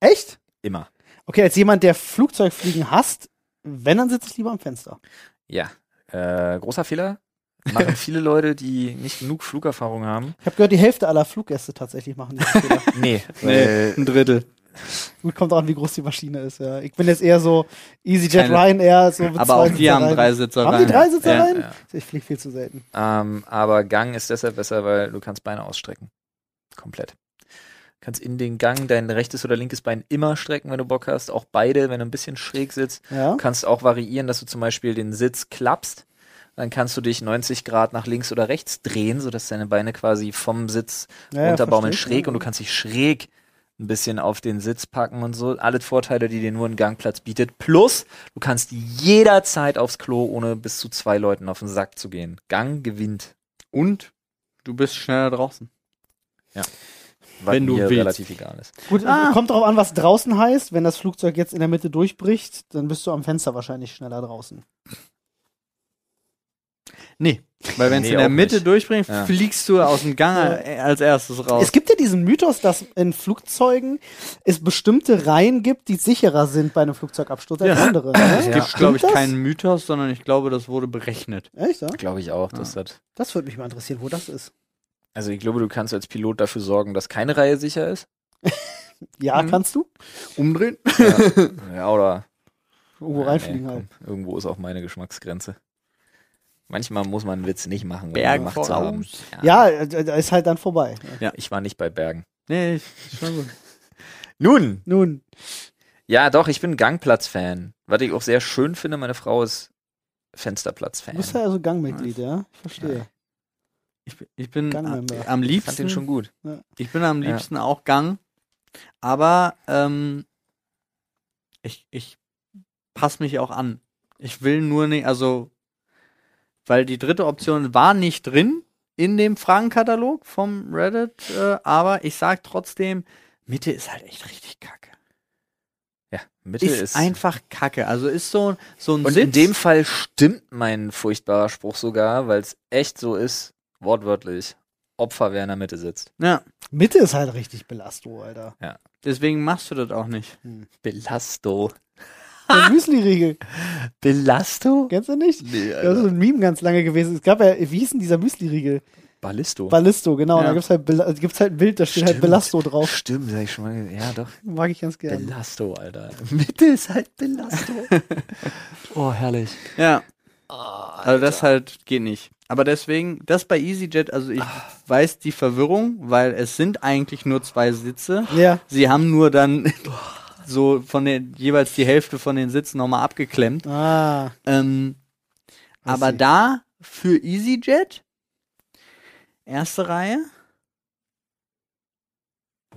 S2: Echt?
S3: Immer.
S2: Okay, als jemand, der Flugzeugfliegen hasst, wenn, dann sitze ich lieber am Fenster.
S3: Ja. Äh, großer Fehler. Machen viele Leute, die nicht genug Flugerfahrung haben.
S2: Ich habe gehört, die Hälfte aller Fluggäste tatsächlich machen diesen Fehler.
S3: Nee. Äh,
S1: Nee, ein Drittel.
S2: Gut, kommt auch an, wie groß die Maschine ist. Ja. Ich bin jetzt eher so EasyJet
S1: Keine-
S2: Ryanair. So mit
S1: Aber auch
S2: zwei
S1: die haben
S2: Sitzereien.
S1: drei Sitzer
S2: Haben die
S1: rein.
S2: drei Sitzer
S3: Ja,
S2: rein?
S3: ja.
S2: Ich fliege viel zu selten.
S3: Ähm, aber Gang ist deshalb besser, weil du kannst Beine ausstrecken. Komplett. Kannst in den Gang dein rechtes oder linkes Bein immer strecken, wenn du Bock hast. Auch beide, wenn du ein bisschen schräg sitzt.
S2: Ja?
S3: Du kannst auch variieren, dass du zum Beispiel den Sitz klappst. Dann kannst du dich 90 Grad nach links oder rechts drehen, sodass deine Beine quasi vom Sitz
S2: Ja, ja,
S3: runterbaumeln
S2: verstehe.
S3: schräg und du kannst dich schräg ein bisschen auf den Sitz packen und so. Alle Vorteile, die dir nur ein Gangplatz bietet. Plus, du kannst jederzeit aufs Klo, ohne bis zu zwei Leuten auf den Sack zu gehen. Gang gewinnt.
S1: Und du bist schneller draußen.
S3: was
S1: Wenn du
S3: mir
S1: willst.
S3: relativ egal ist.
S2: Gut,
S1: Ah.
S2: kommt drauf an, was draußen heißt. Wenn das Flugzeug jetzt in der Mitte durchbricht, dann bist du am Fenster wahrscheinlich schneller draußen.
S1: Nee. Weil wenn es
S3: Nee,
S1: in der
S3: auch
S1: Mitte
S3: nicht.
S1: durchbringt,
S3: Ja.
S1: fliegst du aus dem Gang
S2: Ja.
S1: als erstes raus.
S2: Es gibt ja diesen Mythos, dass in Flugzeugen es bestimmte Reihen gibt, die sicherer sind bei einem Flugzeugabsturz als
S1: Ja.
S2: andere. Ne?
S1: Es
S3: Ja.
S1: gibt, glaube ich,
S2: Stimmt das?
S1: keinen Mythos, sondern ich glaube, das wurde berechnet.
S2: Echt, ja?
S3: Glaube ich auch, dass das.
S2: Das würde mich mal interessieren, wo das ist.
S3: Ah. Also ich glaube, du kannst als Pilot dafür sorgen, dass keine Reihe sicher ist.
S2: Ja,
S3: Mhm.
S2: kannst du?
S1: Umdrehen?
S3: Ja, oder
S2: Irgendwo
S3: Ja,
S2: reinfliegen
S3: nee,
S2: halt.
S3: komm, Irgendwo ist auch meine Geschmacksgrenze. Manchmal muss man einen Witz nicht machen, um
S1: Berg
S3: gemacht zu haben.
S1: voraus.
S2: Ja, äh, da ist halt dann vorbei.
S3: Ja, Ich war nicht bei Bergen.
S1: Nee, ich, schon gut.
S3: Nun.
S2: Nun,
S3: Ja, doch, ich bin Gangplatz-Fan. Was ich auch sehr schön finde, meine Frau ist Fensterplatz-Fan.
S2: du bist ja also Gangmitglied, ja? Ich verstehe.
S1: Ich, bin- ich bin
S2: Gangmember.
S1: a- am
S3: ich fand den
S1: liebsten,
S3: schon gut.
S1: ich bin am
S3: Ja.
S1: liebsten auch Gang, aber ähm, ich, ich passe mich auch an. Ich will nur nicht, also, weil die dritte Option war nicht drin in dem Fragenkatalog vom Reddit, äh, aber ich sag trotzdem, Mitte ist halt echt richtig kacke.
S3: Ja, Mitte
S1: Ist,
S3: ist.
S1: einfach kacke. Also ist so, so ein
S3: und
S1: Sitz.
S3: in dem Fall stimmt mein furchtbarer Spruch sogar, weil es echt so ist, wortwörtlich. Opfer, wer in der Mitte sitzt.
S1: ja,
S2: Mitte ist halt richtig Belasto, Alter.
S1: deswegen machst du das auch nicht.
S3: Belasto.
S2: Der Müsli-Riegel.
S3: Belasto?
S2: Kennst du nicht?
S3: Nee,
S2: Das ist so ein Meme ganz lange gewesen. Es gab ja, wie hieß denn dieser Müsli-Riegel?
S3: Oh. Ballisto.
S2: Ballisto, genau.
S1: Ja.
S2: Da gibt es halt, Bel- gibt's halt ein Bild, da steht halt
S3: Stimmt.
S2: Belasto drauf.
S3: Stimmt, sag ich schon mal. Ja, doch.
S2: Mag ich ganz gerne.
S3: Belasto, Alter. Mitte ist halt Belasto. oh, herrlich.
S1: Ja. also das halt geht nicht. Aber deswegen, das bei EasyJet, also ich weiß die Verwirrung, weil es sind eigentlich nur zwei Sitze.
S2: ja.
S1: Sie haben nur dann so von den jeweils die Hälfte von den Sitzen nochmal abgeklemmt.
S2: Ah.
S1: Ähm, aber
S2: see.
S1: da für EasyJet erste Reihe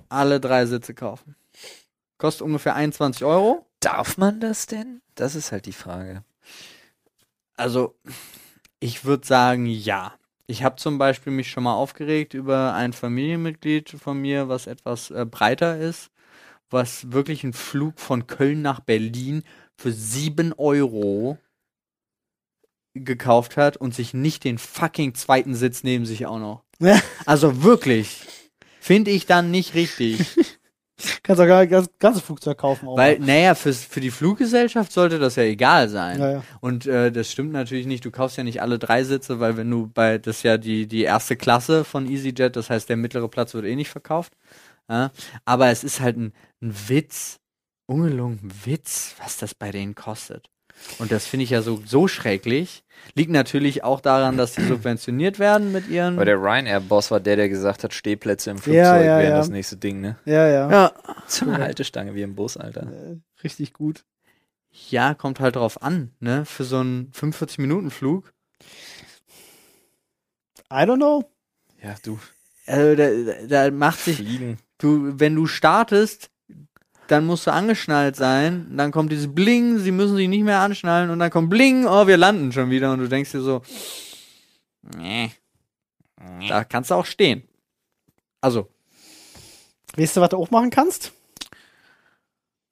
S1: alle drei Sitze kaufen. Kostet ungefähr 21 Euro.
S3: Darf man das denn? Das ist halt die Frage.
S1: Also, ich würde sagen, ja. Ich habe zum Beispiel mich schon mal aufgeregt über ein Familienmitglied von mir, was etwas äh, breiter ist, was wirklich einen Flug von Köln nach Berlin für 7 Euro gekauft hat und sich nicht den fucking zweiten Sitz neben sich auch noch. Also wirklich, finde ich dann nicht richtig.
S2: Kannst auch gar das ganze Flugzeug kaufen. Auch
S1: Weil, naja, fürs, für die Fluggesellschaft sollte das ja egal sein.
S2: Ja, ja.
S1: Und äh, das stimmt natürlich nicht. Du kaufst ja nicht alle drei Sitze, weil wenn du bei, das ist ja die, die erste Klasse von EasyJet, das heißt, der mittlere Platz wird eh nicht verkauft. Ja? Aber es ist halt ein, ein Witz, ungelungen Witz, was das bei denen kostet. Und das finde ich ja so, so schrecklich. Liegt natürlich auch daran, dass die subventioniert werden mit ihren.
S3: Weil der Ryanair-Boss war der, der gesagt hat, Stehplätze im Flugzeug
S2: Mhm. ja,
S3: wären
S2: ja.
S3: das nächste Ding, ne?
S2: Ja, ja.
S1: ja.
S3: So eine Haltestange wie im Bus, Alter.
S2: Äh, Richtig gut.
S1: ja, kommt halt drauf an, ne? Für so einen 45-Minuten-Flug.
S2: I don't know.
S3: Ja, du,
S1: Also da, da macht sich,
S3: fliegen.
S1: du, wenn du startest, dann musst du angeschnallt sein, dann kommt dieses Bling, sie müssen sich nicht mehr anschnallen und dann kommt Bling, oh, wir landen schon wieder und du denkst dir so, nee, da kannst du auch stehen. Also,
S2: Weißt du, was du auch machen kannst?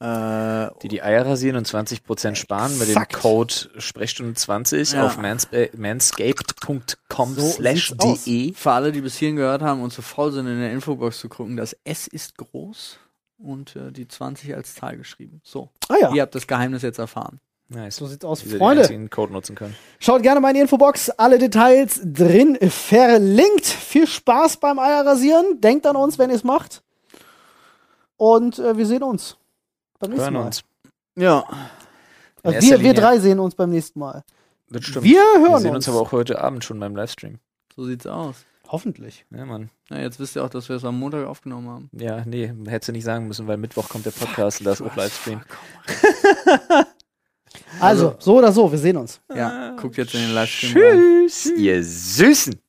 S1: äh,
S3: Die die Eier rasieren und 20% sparen mit dem
S2: Exakt.
S3: Code Sprechstunde20
S1: Ja.
S3: auf äh, manspa- manscaped.com
S2: So
S3: slash E.
S2: sieht's aus.
S3: de.
S1: Für alle, die bis hierhin gehört haben und zu faul sind, in der Infobox zu gucken, das S ist groß und äh, die 20 als Zahl geschrieben. So,
S2: Ah ja.
S1: ihr habt das Geheimnis jetzt erfahren.
S3: Nice.
S2: So sieht's aus.
S3: Wie sie den
S2: Freunde,
S3: einzigen Code nutzen können.
S2: Schaut gerne mal in die Infobox, alle Details drin verlinkt. Viel Spaß beim Eierrasieren. Denkt an uns, wenn ihr es macht. Und äh, wir sehen uns beim nächsten
S3: Hören
S2: Mal.
S3: uns.
S1: Ja.
S2: Also
S3: erster
S2: wir, wir
S3: Linie.
S2: drei sehen uns beim nächsten Mal.
S3: Das stimmt.
S2: Wir hören
S3: Wir sehen uns
S2: uns.
S3: aber auch heute Abend schon beim Livestream.
S1: So sieht's aus.
S2: Hoffentlich.
S3: Ja, Mann.
S1: Na, jetzt wisst ihr auch, dass wir es am Montag aufgenommen haben.
S3: Ja, nee, hättest du nicht sagen müssen, weil Mittwoch kommt der Podcast und da ist auch Livestream.
S2: Also, so oder so, wir sehen uns.
S1: Ja, guckt jetzt in den Livestream rein.
S3: Tschüss, ihr Süßen!